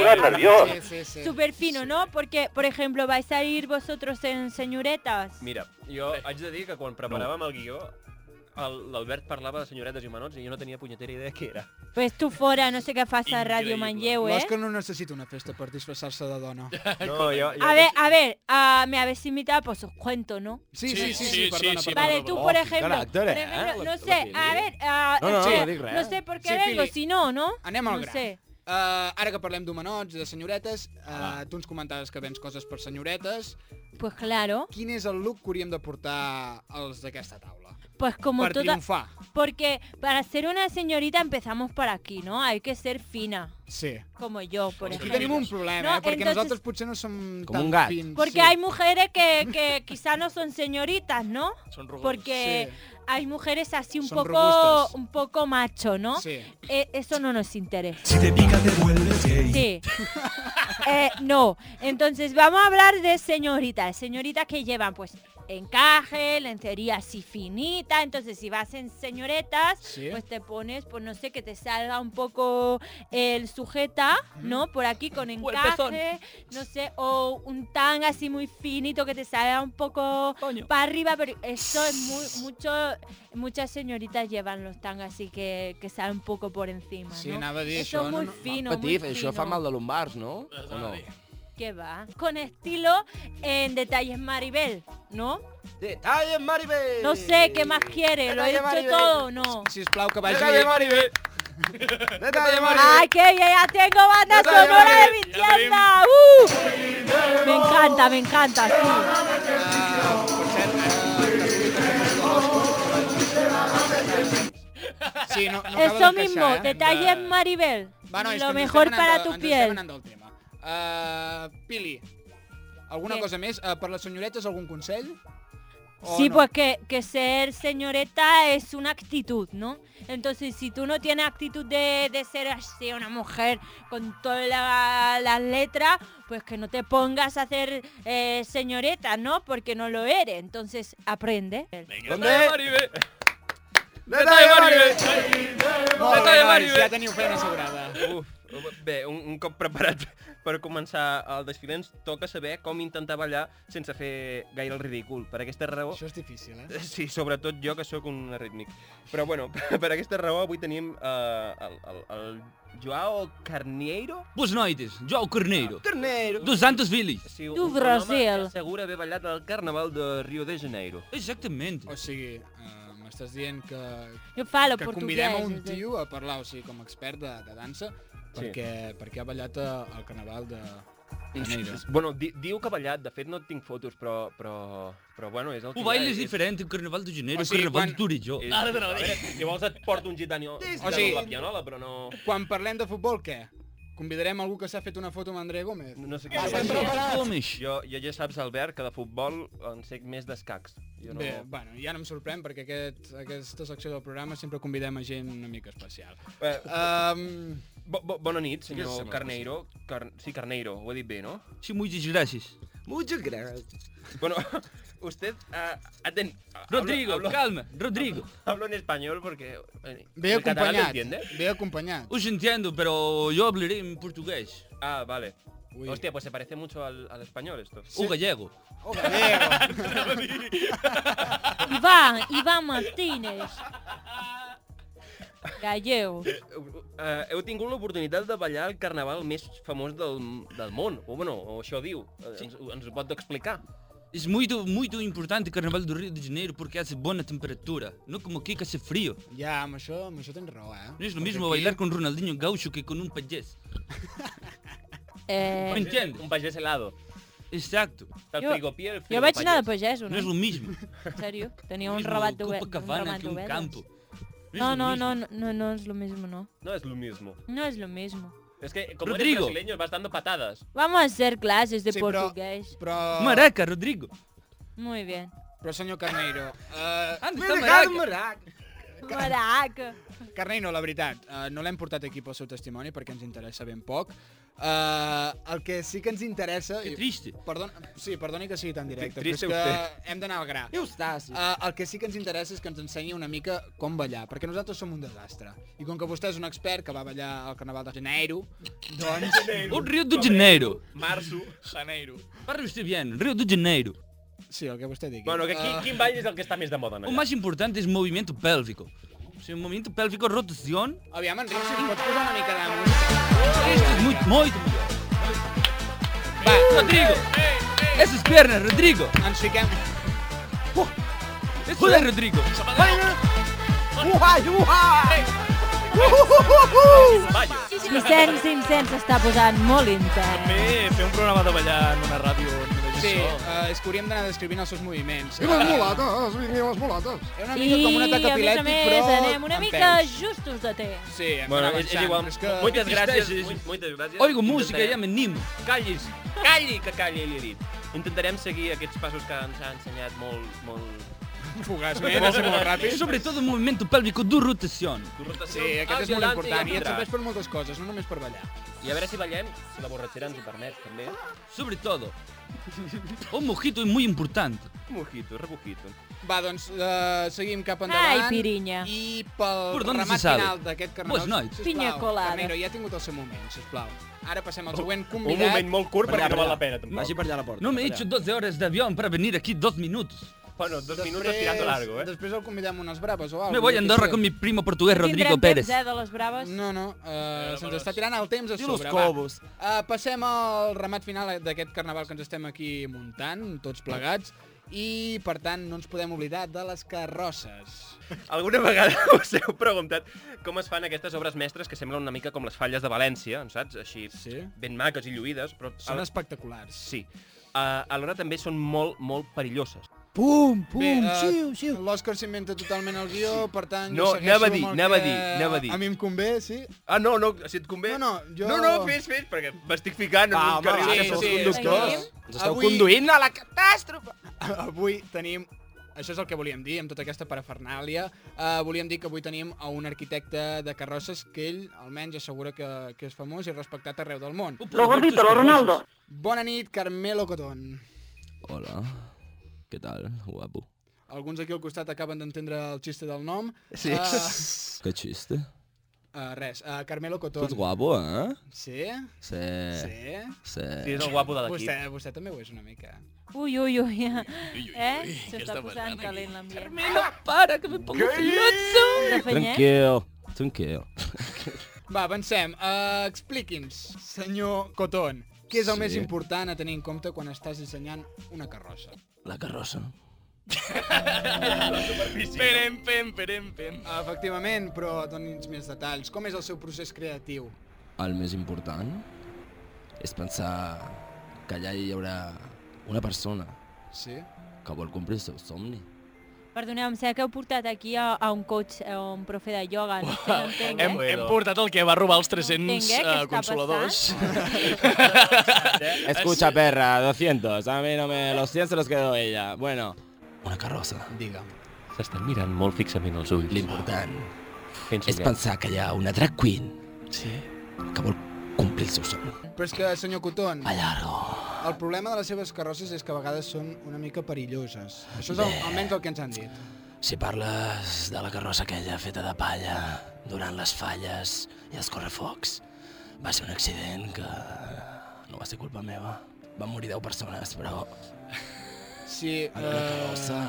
S4: Sí, sí, sí.
S2: Súper fino, ¿no? Porque, por ejemplo, vais a ir vosotros en señoretas.
S3: Mira, jo haig de dir que quan preparàvem el guió, el- l'Albert parlava de senyoretes i manots i jo no tenia punyetera idea què era.
S2: Pues tú fuera, no sé qué pasa a Radio
S3: Increíble.
S2: Manlleu, ¿eh?
S1: L'Òscar no necessita una festa per disfressar-se de dona.
S3: No, jo, jo...
S2: A ver, a ver, ah, me habéis invitado, pues os cuento, ¿no?
S1: Sí, sí, sí, sí,
S4: sí,
S1: perdona,
S4: sí,
S1: perdona.
S2: Vale, tú, por ejemplo,
S1: caràcter,
S2: por
S1: eh,
S2: ejemplo,
S1: la-
S2: no
S1: la
S2: sé, a ver, ah,
S1: No, no,
S2: eh,
S1: no dic res.
S2: no sé por qué
S1: Sí,
S2: vengo,
S1: Fili.
S2: si no, ¿no?
S1: Anem al
S2: no
S1: gran.
S2: Sé. Ah,
S1: Uh, ara que parlem d'homenots, de senyoretes, uh, tu ens comentaves que vens coses per senyoretes.
S2: Pues claro.
S1: Quin és el look que hauríem de portar els d'aquesta taula?
S2: Pues como
S1: Para
S2: toda...
S1: triunfar.
S2: Porque para ser una señorita empezamos por aquí, ¿no? Hay que ser fina.
S1: Sí.
S2: Como yo, por
S1: Aquí
S2: ejemplo.
S1: tenim un problema,
S2: No,
S1: eh? Perquè
S2: entonces-
S1: nosaltres potser no som
S5: Com
S1: tan
S5: un gat.
S1: fins.
S2: Porque hay mujeres que, que quizá no son señoritas, ¿no?
S1: Son
S4: rugosas.
S2: Porque hay mujeres así un
S4: Son
S2: poco
S4: robustas.
S2: un poco macho, ¿no?
S4: Sí.
S2: Eh, eso no nos interesa.
S9: Si te pica te vuelves gay.
S2: Sí. Eh, no. Entonces vamos a hablar de señoritas. Señoritas que llevan pues encaje, lencería así finita. Entonces si vas en señoretas,
S16: Sí.
S2: pues te pones, pues no sé, que te salga un poco el sujeta, ¿no? Por aquí con
S16: O el pezón.
S2: encaje, no sé, o un tan así muy finito que te salga un poco para arriba, pero eso es muy, mucho, muchas señoritas llevan los tan así que, que salen un poco por encima.
S5: Sí,
S2: ¿no?
S5: anava a dir
S2: Eso
S5: això.
S2: es muy fino,
S5: Petit,
S2: muy
S5: això
S2: fino.
S5: fa mal de lumbars, no? O no?
S2: Que va. Con estilo en detalles Maribel, ¿no?
S5: Detalles Maribel.
S2: No sé qué más quiere, lo he
S5: Detalles,
S2: hecho
S5: Maribel.
S2: todo, o ¿no?
S1: Si plau que vagi...
S5: Detalles,
S1: Maribel!
S5: Detalles Maribel.
S2: Ay, qué bien, ya tengo banda
S5: Detalles
S2: sonora de
S5: Maribel.
S2: mi tienda. ¡Uh! Me encanta, me encanta.
S1: Sí, no, no acaba
S2: Eso
S1: d'encaixar,
S2: mismo,
S1: eh? este,
S2: detalles Maribel.
S1: Va, no, és que
S2: lo
S1: ens
S2: mejor
S1: estem anant
S2: para
S1: de-
S2: tu
S1: ens estem
S2: piel.
S1: anant del tema. Uh, Pili, alguna
S2: Què?
S1: cosa més? Uh, per les senyoretes, algun consell? O
S2: Sí,
S1: no?
S2: pues que, que ser señoreta es una actitud, ¿no? Entonces, si tú no tienes actitud de, de ser así una mujer con todas la- las letras, pues que no te pongas a hacer eh, señoreta, ¿no? Porque no lo eres. Entonces, aprende.
S5: Detalles
S10: Maribel.
S5: Detalles Maribel.
S1: Molt bé,
S3: Detalles,
S1: nois,
S3: Maribel.
S1: ja teniu feina sobrada.
S3: Uf, bé, un, un cop preparat per començar el desfile, ens toca saber com intentar ballar sense fer gaire el ridícul. Per aquesta raó...
S1: Això és difícil, eh?
S3: Sí, sobretot jo, que sóc un rítmic. Però, bueno, per aquesta raó avui tenim eh, el, el, el Joao Carneiro.
S10: Boas noites, João Carneiro.
S3: Carneiro.
S10: Dos Santos Village.
S3: Sí,
S2: Tu,
S3: un
S2: Brasil.
S3: home que assegura haver ballat al Carnaval de Rio de Janeiro.
S10: Exactament.
S1: O sigui, uh, m'estàs dient que...
S2: Jo falo
S1: que
S2: portuguès,
S1: convidem a un
S2: és a dir.
S1: tio a parlar, o sigui, com a expert de, de dansa, perquè, perquè ha ballat eh, al carnaval de... Janeiro.
S3: Bueno, di, diu que ha ballat, de fet no tinc fotos, però, però, però bueno, és el que
S10: O
S3: hi ha,
S10: baile és
S3: és-
S10: diferent, eh? el carnaval de Janeiro,
S3: O
S10: el
S3: sigui,
S10: carnaval de
S3: quan-
S10: Torelló.
S3: És- a veure, Si vols et porto un gitanio
S1: O sigui-
S3: de la pianola, però no...
S1: Quan parlem de futbol, què? Convidarem algú que s'ha fet una foto amb André Gómez?
S3: No sé
S1: Va, estem preparats.
S3: Jo, jo ja saps, Albert, que de futbol en sé més d'escacs. Jo no...
S1: Bé, bueno, ja no em sorprèn perquè aquest, aquesta secció del programa sempre convidem a gent una mica especial.
S3: Eh,
S1: um...
S3: bo, bo, bona nit,
S1: Què
S3: senyor
S1: sembla,
S3: Carneiro. Car... Sí, Carneiro, ho he dit bé, no?
S10: Sí, muchas gracias. Muchas gracias.
S3: Bueno, usted ha, ha ten...
S10: Rodrigo, calma, Rodrigo.
S3: Hablo en español porque... eh,
S10: Ve
S3: el catalán lo
S10: acompañado.
S3: entiende?
S1: Ve acompañado.
S10: Os entiendo, pero yo hablaré en portugués.
S3: Ah, vale. Hostia, pues se parece mucho al, al español esto.
S10: O gallego.
S1: O
S2: Iván, Iván Martínez. Gallego.
S3: Uh, heu tingut l'oportunitat de ballar el carnaval més famós del, del món, o bueno, o això diu. Sí. Ens, ens ho pot explicar?
S10: Es muy, muy é importante el carnaval do Rio de Janeiro porque hace buena temperatura, no como aquí que hace frío.
S1: Ja, amb això, amb això tens raó, eh?
S10: No es lo
S1: Perquè
S10: mismo
S1: aquí-
S10: bailar con Ronaldinho Gaucho que um con un payés.
S2: Eh,
S3: É.
S10: ¿Me entiendes?
S3: Un payés Um helado.
S10: Exacto.
S2: jo, jo vaig anar de pagès,
S10: No es lo mismo.
S2: En serio, tenía
S10: Lo
S2: un
S10: mismo
S2: rabat de ve-
S10: Copacabana
S2: un rabat
S10: que
S2: de
S10: un
S2: velas.
S10: campo.
S2: No,
S3: es lo
S2: no,
S3: mismo.
S2: no, no, no, no es lo mismo, no.
S3: No es lo mismo.
S2: No es lo mismo.
S3: Es que como
S10: Rodrigo.
S3: eres brasileño vas dando patadas.
S2: Vamos a hacer clases de
S1: Sí, però-
S2: portugués.
S1: Però...
S10: Maraca, Rodrigo.
S2: Muy bien.
S1: Però senyor Carneiro... Uh...
S10: Anda, M'he està deixat maraca.
S2: Maraca.
S1: Carneiro, la veritat, uh, no l'hem portat aquí pel seu testimoni perquè ens interessa ben poc. Uh, el que sí que ens interessa... Que
S10: triste.
S1: Perdon, sí, perdoni que sigui tan directe, però és
S5: triste
S1: que
S5: usted.
S1: hem d'anar al gra.
S5: Ja ho està, sí.
S1: Uh, el que sí que ens interessa és que ens ensenyi una mica com ballar, perquè nosaltres som un desastre. I com que vostè és un expert que va ballar al Carnaval de Janeiro, doncs...
S10: Un Rio de Janeiro.
S3: Marzo.
S4: Janeiro.
S10: Parle usted bien, Rio de Janeiro.
S1: Sí, el que Ah. usted diga.
S3: Bueno, que
S10: Ah.
S3: quin, quin ball és el que està més de moda,
S10: O
S3: no?
S10: más importante es movimiento pélvico. Si un movimiento pélvico, rotación,
S1: Aviam, Enric, si em pots posar una mica de música.
S10: esto es muy, muy... Va, Rodrigo. Esas piernas, Rodrigo.
S1: Ens fiquem...
S10: Eso es, Rodrigo.
S5: Uha,
S2: Vicenç Vicenç s'està posant molt intens.
S4: Bé, fer un programa de ballar en una ràdio on només hi
S1: Sí, eh, és que hauríem d'anar descrivint els seus moviments. Eh,
S6: I les mulates, vinguin les mulates.
S1: Era una mica com un atac
S2: I, a
S1: epilèptic,
S2: més a
S1: però...
S2: més, anem una
S1: amb
S2: mica
S1: peus.
S2: justos de temps.
S1: Sí, hem
S3: Bueno,
S1: d'anar
S3: és, és
S1: avançant,
S3: igual.
S1: però que-
S3: Muchas gracias.
S1: Sí, sí, sí.
S3: mu- Muchas gracias.
S10: Oigo música, ja me nim.
S3: Callis, calli, que calli, li he dit. Intentarem seguir aquests passos que ens ha ensenyat molt, molt...
S1: Fugaçment, va ser eh? molt ràpid.
S10: Sobretot el moviment pèlvico de rotació.
S1: Sí,
S3: Ah,
S1: aquest és molt important i et serveix per moltes coses, no només per ballar.
S3: I a veure si ballem, si la borratxera ens ho permet, també.
S10: Sobre todo. Un mojito es muy importante.
S3: Mojito, rebujito.
S1: Va, doncs, eh, seguim cap endavant.
S2: Ai, pirinya.
S1: I pel
S10: Por dónde
S1: remat
S10: se sabe?
S1: final d'aquest carnaval,
S10: Pues nois.
S1: sisplau,
S2: Piña colada.
S1: Carmelo, ja ha tingut el seu moment, sisplau. Ara passem al següent
S3: Un
S1: convidat.
S3: moment molt curt perquè no val la pena, tampoc.
S5: Vagi per allà a la porta.
S10: No me he
S5: per allà.
S10: hecho 12 horas de avión para venir aquí dos minutos.
S3: Bueno, dos
S1: Després-
S3: eh.
S1: Després el convidem unes braves o alguna
S10: eh? Me voy a Andorra con mi primo portugués Rodrigo
S2: Tindrem
S10: Pérez.
S2: temps, eh, de les braves.
S1: No, no, eh, se'ns està tirant el temps a
S10: Diu los
S1: sobre,
S10: cobos.
S1: Uh, passem al remat final d'aquest carnaval que ens estem aquí muntant, tots plegats, i, per tant, no ens podem oblidar de les carrosses.
S3: Alguna vegada us heu preguntat com es fan aquestes obres mestres que semblen una mica com les falles de València, en saps? Així,
S1: sí.
S3: ben maques i lluïdes, però...
S1: Són espectaculars.
S3: Sí. Uh, alhora també són molt, molt perilloses.
S1: Pum, pum, Bé, uh, xiu, xiu. L'Òscar s'inventa totalment el guió, per tant...
S3: No,
S1: jo segueixo
S3: anava a dir,
S1: amb el
S3: anava a
S1: que
S3: dir, anava a dir.
S1: mi em convé, sí?
S3: Ah, no, no, si et convé...
S1: No, no, jo...
S3: No, no, fes, fes, perquè m'estic ficant en
S1: Va,
S3: un
S1: home,
S3: carril
S1: va,
S3: que
S1: que
S3: sou
S1: sou
S3: sí,
S1: conductors.
S3: sí.
S1: Ens esteu Avui- conduint a la catàstrofe! Avui tenim... Això és el que volíem dir amb tota aquesta parafernàlia. Uh, volíem dir que avui tenim a un arquitecte de carrosses que ell almenys assegura que, que és famós i respectat arreu del món.
S7: Lo gordito, lo Ronaldo.
S1: Bona nit, Carmelo Cotón.
S10: Hola. ¿Qué tal, guapo?
S1: Alguns aquí al costat acaben d'entendre el xiste del nom.
S10: Sí.
S5: Ah.
S1: Uh,
S10: Qué chiste.
S1: uh, res, uh, Carmelo Cotón.
S10: Tú es guapo, ¿eh?
S1: Sí?
S10: Sí.
S1: Sí?
S10: Sí.
S1: Vostè, vostè també ho és una mica.
S2: Ui, ui, ui, ja. Eh?
S1: està
S2: S'està posant calent l'ambient.
S10: Carmelo, para, que me pongo
S2: filoso.
S10: Tranquilo, tranquilo.
S1: Eh! Va, avancem. Uh, Expliqui'ns, senyor Cotón, què és el
S10: Sí.
S1: més important a tenir en compte quan estàs dissenyant una carrossa?
S10: La carroza.
S1: Ah, Perem, pem, perem, pem. Efectivament, però doni'ns més detalls. Com és el seu procés creatiu?
S5: El més important és pensar que allà hi haurà una persona
S1: Sí?
S5: que vol complir el seu somni.
S2: Perdoneu, em sembla que heu portat aquí a, a un coach, a un profe de ioga, no sé, no entenc, eh?
S4: Hem, hem portat el que va robar els 300
S2: No entenc, eh, què
S4: eh,
S2: està
S4: consoladors.
S5: Escucha, perra, 200. A mí no me... Los 100 se los quedó ella. Bueno, una carroza.
S1: Digue'm.
S3: S'estan mirant molt fixament els ulls.
S5: L'important
S3: Penso
S5: és
S3: que-
S5: pensar que hi ha una drag queen sí. que vol complir el seu somni.
S1: Però és que, senyor Cotón... Allargo. El problema de les seves carrosses és que a vegades són una mica perilloses. Això és el, almenys el que ens han dit.
S5: Si parles de la carrossa aquella feta de palla durant les falles i els correfocs, va ser un accident que no va ser culpa meva. Van morir 10 persones, però
S1: Sí,
S5: en una
S1: eh,
S5: carrossa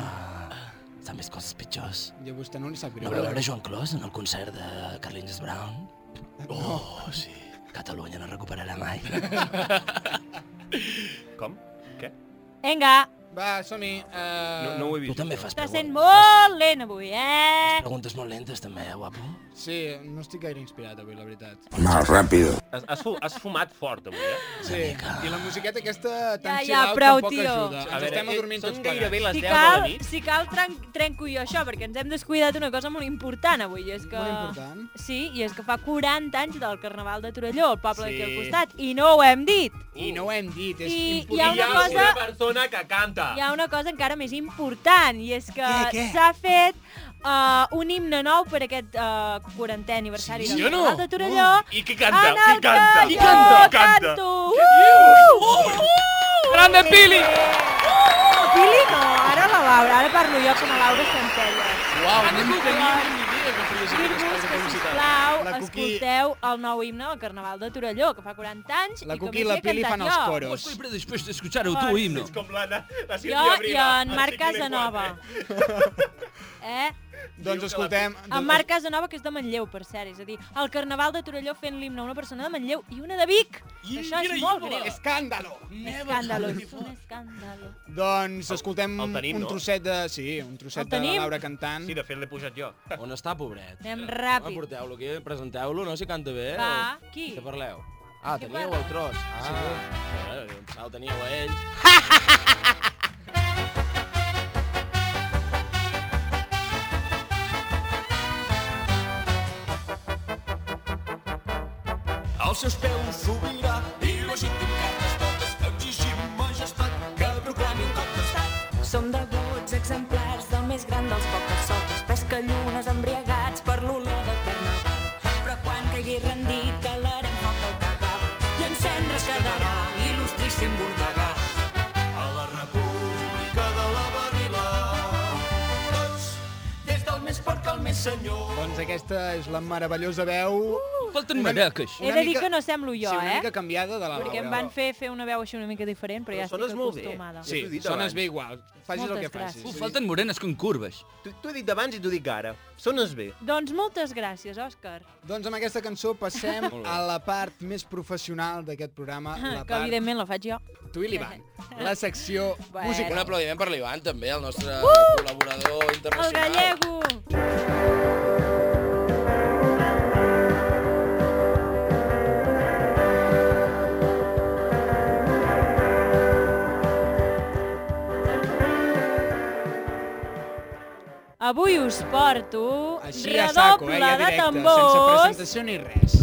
S5: s'han vist coses pitjors.
S1: I a vostè no li sap greu. eh?
S5: No vau veure Joan Clos en el concert de Carlinhos Brown?
S1: Eh,
S5: Oh, sí. Catalunya no recuperarà mai.
S3: Com? Què?
S2: Vinga,
S1: Va, som-hi. Uh...
S5: No- no ho he vist. Tu també fas
S2: està sent molt lent avui, eh?
S5: Preguntes molt lentes, també, eh, guapo?
S1: Sí, no estic gaire inspirat avui, la veritat.
S5: Más rápido.
S3: Has, has, fu- has fumat fort avui, eh?
S1: Sí, i la musiqueta aquesta tan ja,
S2: Ja, ja,
S1: chill out
S2: prou,
S1: tampoc
S2: tio.
S1: ajuda.
S3: A
S1: Ens
S3: veure,
S1: estem
S3: eh,
S1: adormint
S3: són
S1: tots
S3: gairebé
S1: plegats.
S2: Si cal, si cal tren trenco jo això, perquè ens hem descuidat una cosa molt important avui. I és que...
S1: Molt important?
S2: Sí, i és que fa 40 anys del Carnaval de Torelló, el poble
S1: Sí.
S2: sí. aquí al costat, i no ho hem dit.
S1: I no ho hem dit, és
S2: I-
S1: impossible.
S2: hi ha una cosa-
S3: persona que canta.
S2: Hi ha una cosa encara més important, i és
S1: Ah. Què,
S2: que
S1: què?
S2: s'ha fet uh, un himne nou per aquest uh, 40è aniversari
S3: Sí
S2: del
S3: o no?
S2: Carnaval de
S1: Oh.
S2: Torelló.
S3: I qui canta?
S2: En
S3: Qui
S2: el
S3: canta?
S2: que
S3: Qui
S2: jo
S3: canta? Qui canta?
S2: Canto.
S3: Què dius? Grande Pili!
S2: No, Pili no, ara la Laura, ara parlo jo com a Laura Centelles.
S4: Uau, no en tenia ni idea que feies aquesta
S2: Dir-vos que, sisplau,
S1: Oh!
S2: escolteu el nou himne del Carnaval de Torelló, que fa 40 anys i que m'hi sé cantat jo.
S10: Pues, pero después de escuchar el
S2: Pues,
S10: tu himno.
S2: es
S3: com l'Anna, la
S2: Jo i en Marc Casanova. Eh?
S1: Doncs escoltem...
S2: En Marc Casanova, que és de Manlleu, per cert. És a dir, el Carnaval de Torelló fent l'himne a una persona de Manlleu i una de Vic. I això és molt greu.
S1: Escàndalo.
S2: Escàndalo, és un escàndalo.
S1: Doncs escoltem el, el
S3: tenim,
S1: tenim, un
S3: no?
S1: trosset de... Sí, un trosset
S2: El
S1: de la
S2: tenim?
S1: Laura cantant.
S3: Sí, de fet l'he pujat jo.
S5: On està, pobret?
S2: Anem ràpid.
S5: Home, porteu-lo aquí, presenteu-lo, no? Si canta bé.
S2: Va,
S5: o-
S2: qui?
S5: Què parleu? Ah,
S2: Qui
S5: teníeu
S2: parla?
S5: el tros. Ah, sí. Ah, el teníeu a ell.
S9: Als seus peus sobirà i legítim carnestoltes, exigim majestat que proclamin cop d'estat.
S16: Som deguts exemplars del més gran dels poques soques, pesca llunes embriagats per l'olor del carnaval. Però quan caigui rendit calarem foc al cagal i encendre's quedarà il·lustríssim Bordegà.
S9: A la república de la barrila, tots, des del més porc al més senyor.
S1: Doncs aquesta és la meravellosa veu... Uh,
S10: Falten maracas.
S2: He de dir que no semblo jo,
S1: sí, una
S2: eh?
S1: mica canviada de la
S2: Perquè em
S1: Laura.
S2: van fer fer una veu així una mica diferent, però,
S1: Però
S2: ja estic
S1: sones molt bé.
S2: acostumada.
S1: Sí,
S3: t'ho he dit
S1: sones
S3: abans.
S1: bé igual. Facis el que facis.
S10: Uf, falten morenes com curves.
S3: T'ho he dit abans i t'ho dic ara. Sones bé.
S2: Doncs moltes gràcies, Òscar.
S1: Doncs amb aquesta cançó passem
S3: Molt bé.
S1: a la part més professional d'aquest programa. La
S2: Ah, que
S1: part...
S2: evidentment la faig jo.
S1: Tu i l'Ivan. La secció
S2: Bueno.
S1: musical.
S19: Un aplaudiment per l'Ivan, també, el nostre
S2: Uh!
S19: col·laborador
S2: El
S19: internacional.
S2: gallego! Avui us porto
S1: Així a saco, eh?
S2: redoble
S1: Ja
S2: de
S1: directe, sense
S2: tambors
S1: presentació ni res.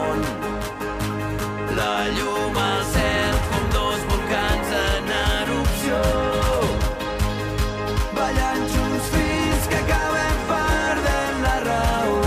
S19: La llum al cel com dos volcans en erupció. Ballant junts fins que acabem perdent la raó.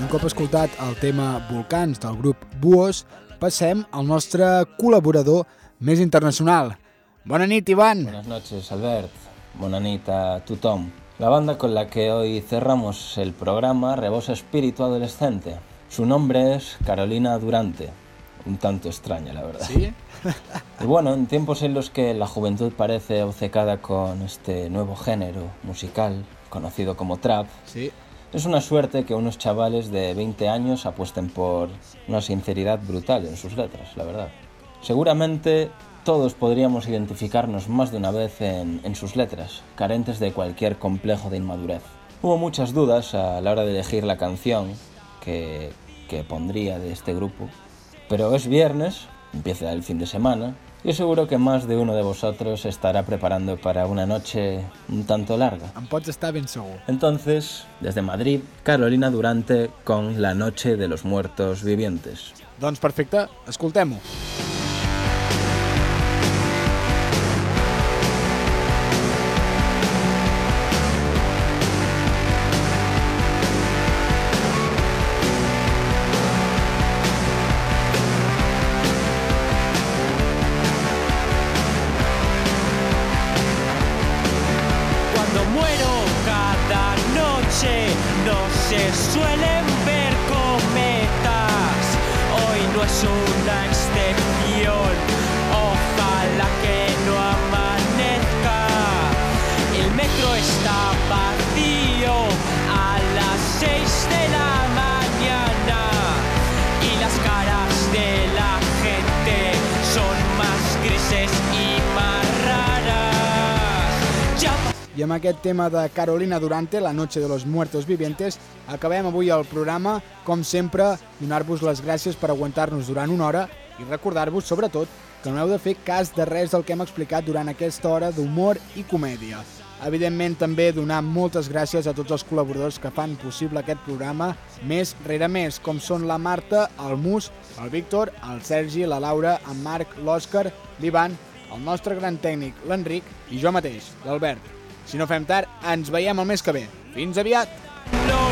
S23: Un cop escoltat el tema Volcans del grup Buos, passem al nostre col·laborador més internacional. Bona nit, Ivan!
S24: Buenas noches, Albert. Buena nit a tothom. La banda con la que hoy cerramos el programa rebosa espíritu adolescente. Su nombre es Carolina Durante. Un tanto extraña, la verdad.
S23: ¿Sí?
S24: Y bueno, en tiempos en los que la juventud parece obcecada con este nuevo género musical, conocido como trap, es una suerte que unos chavales de 20 años apuesten por una sinceridad brutal en sus letras, la verdad. Seguramente todos podríamos identificarnos más de una vez en, en sus letras, carentes de cualquier complejo de inmadurez. Hubo muchas dudas a la hora de elegir la canción que, que pondría de este grupo, pero es viernes, empieza el fin de semana, y seguro que más de uno de vosotros se estará preparando para una noche un tanto larga.
S23: Em pots estar ben segur.
S24: Entonces, desde Madrid, Carolina Durante con La Noche de los Muertos Vivientes.
S23: Doncs perfecte, escoltem-ho.
S25: Cuando muero cada noche no se suelen ver cometas. Hoy no es una excepción. Ojalá que no amanezca. El metro está vacío a las seis de la mañana y las caras de la gente son más grises y más raras. Ya
S1: I amb aquest tema de Carolina Durante, La noche de los muertos vivientes, acabem avui el programa, com sempre, donar-vos les gràcies per aguantar-nos durant una hora i recordar-vos, sobretot, que no heu de fer cas de res del que hem explicat durant aquesta hora d'humor i comèdia. Evidentment, també donar moltes gràcies a tots els col·laboradors que fan possible aquest programa més rere més, com són la Marta, el Mus, el Víctor, el Sergi, la Laura, en Marc, l'Òscar, l'Ivan, el nostre gran tècnic, l'Enric, i jo mateix, l'Albert. Si no fem tard, ens veiem el mes que ve. Fins aviat!
S25: No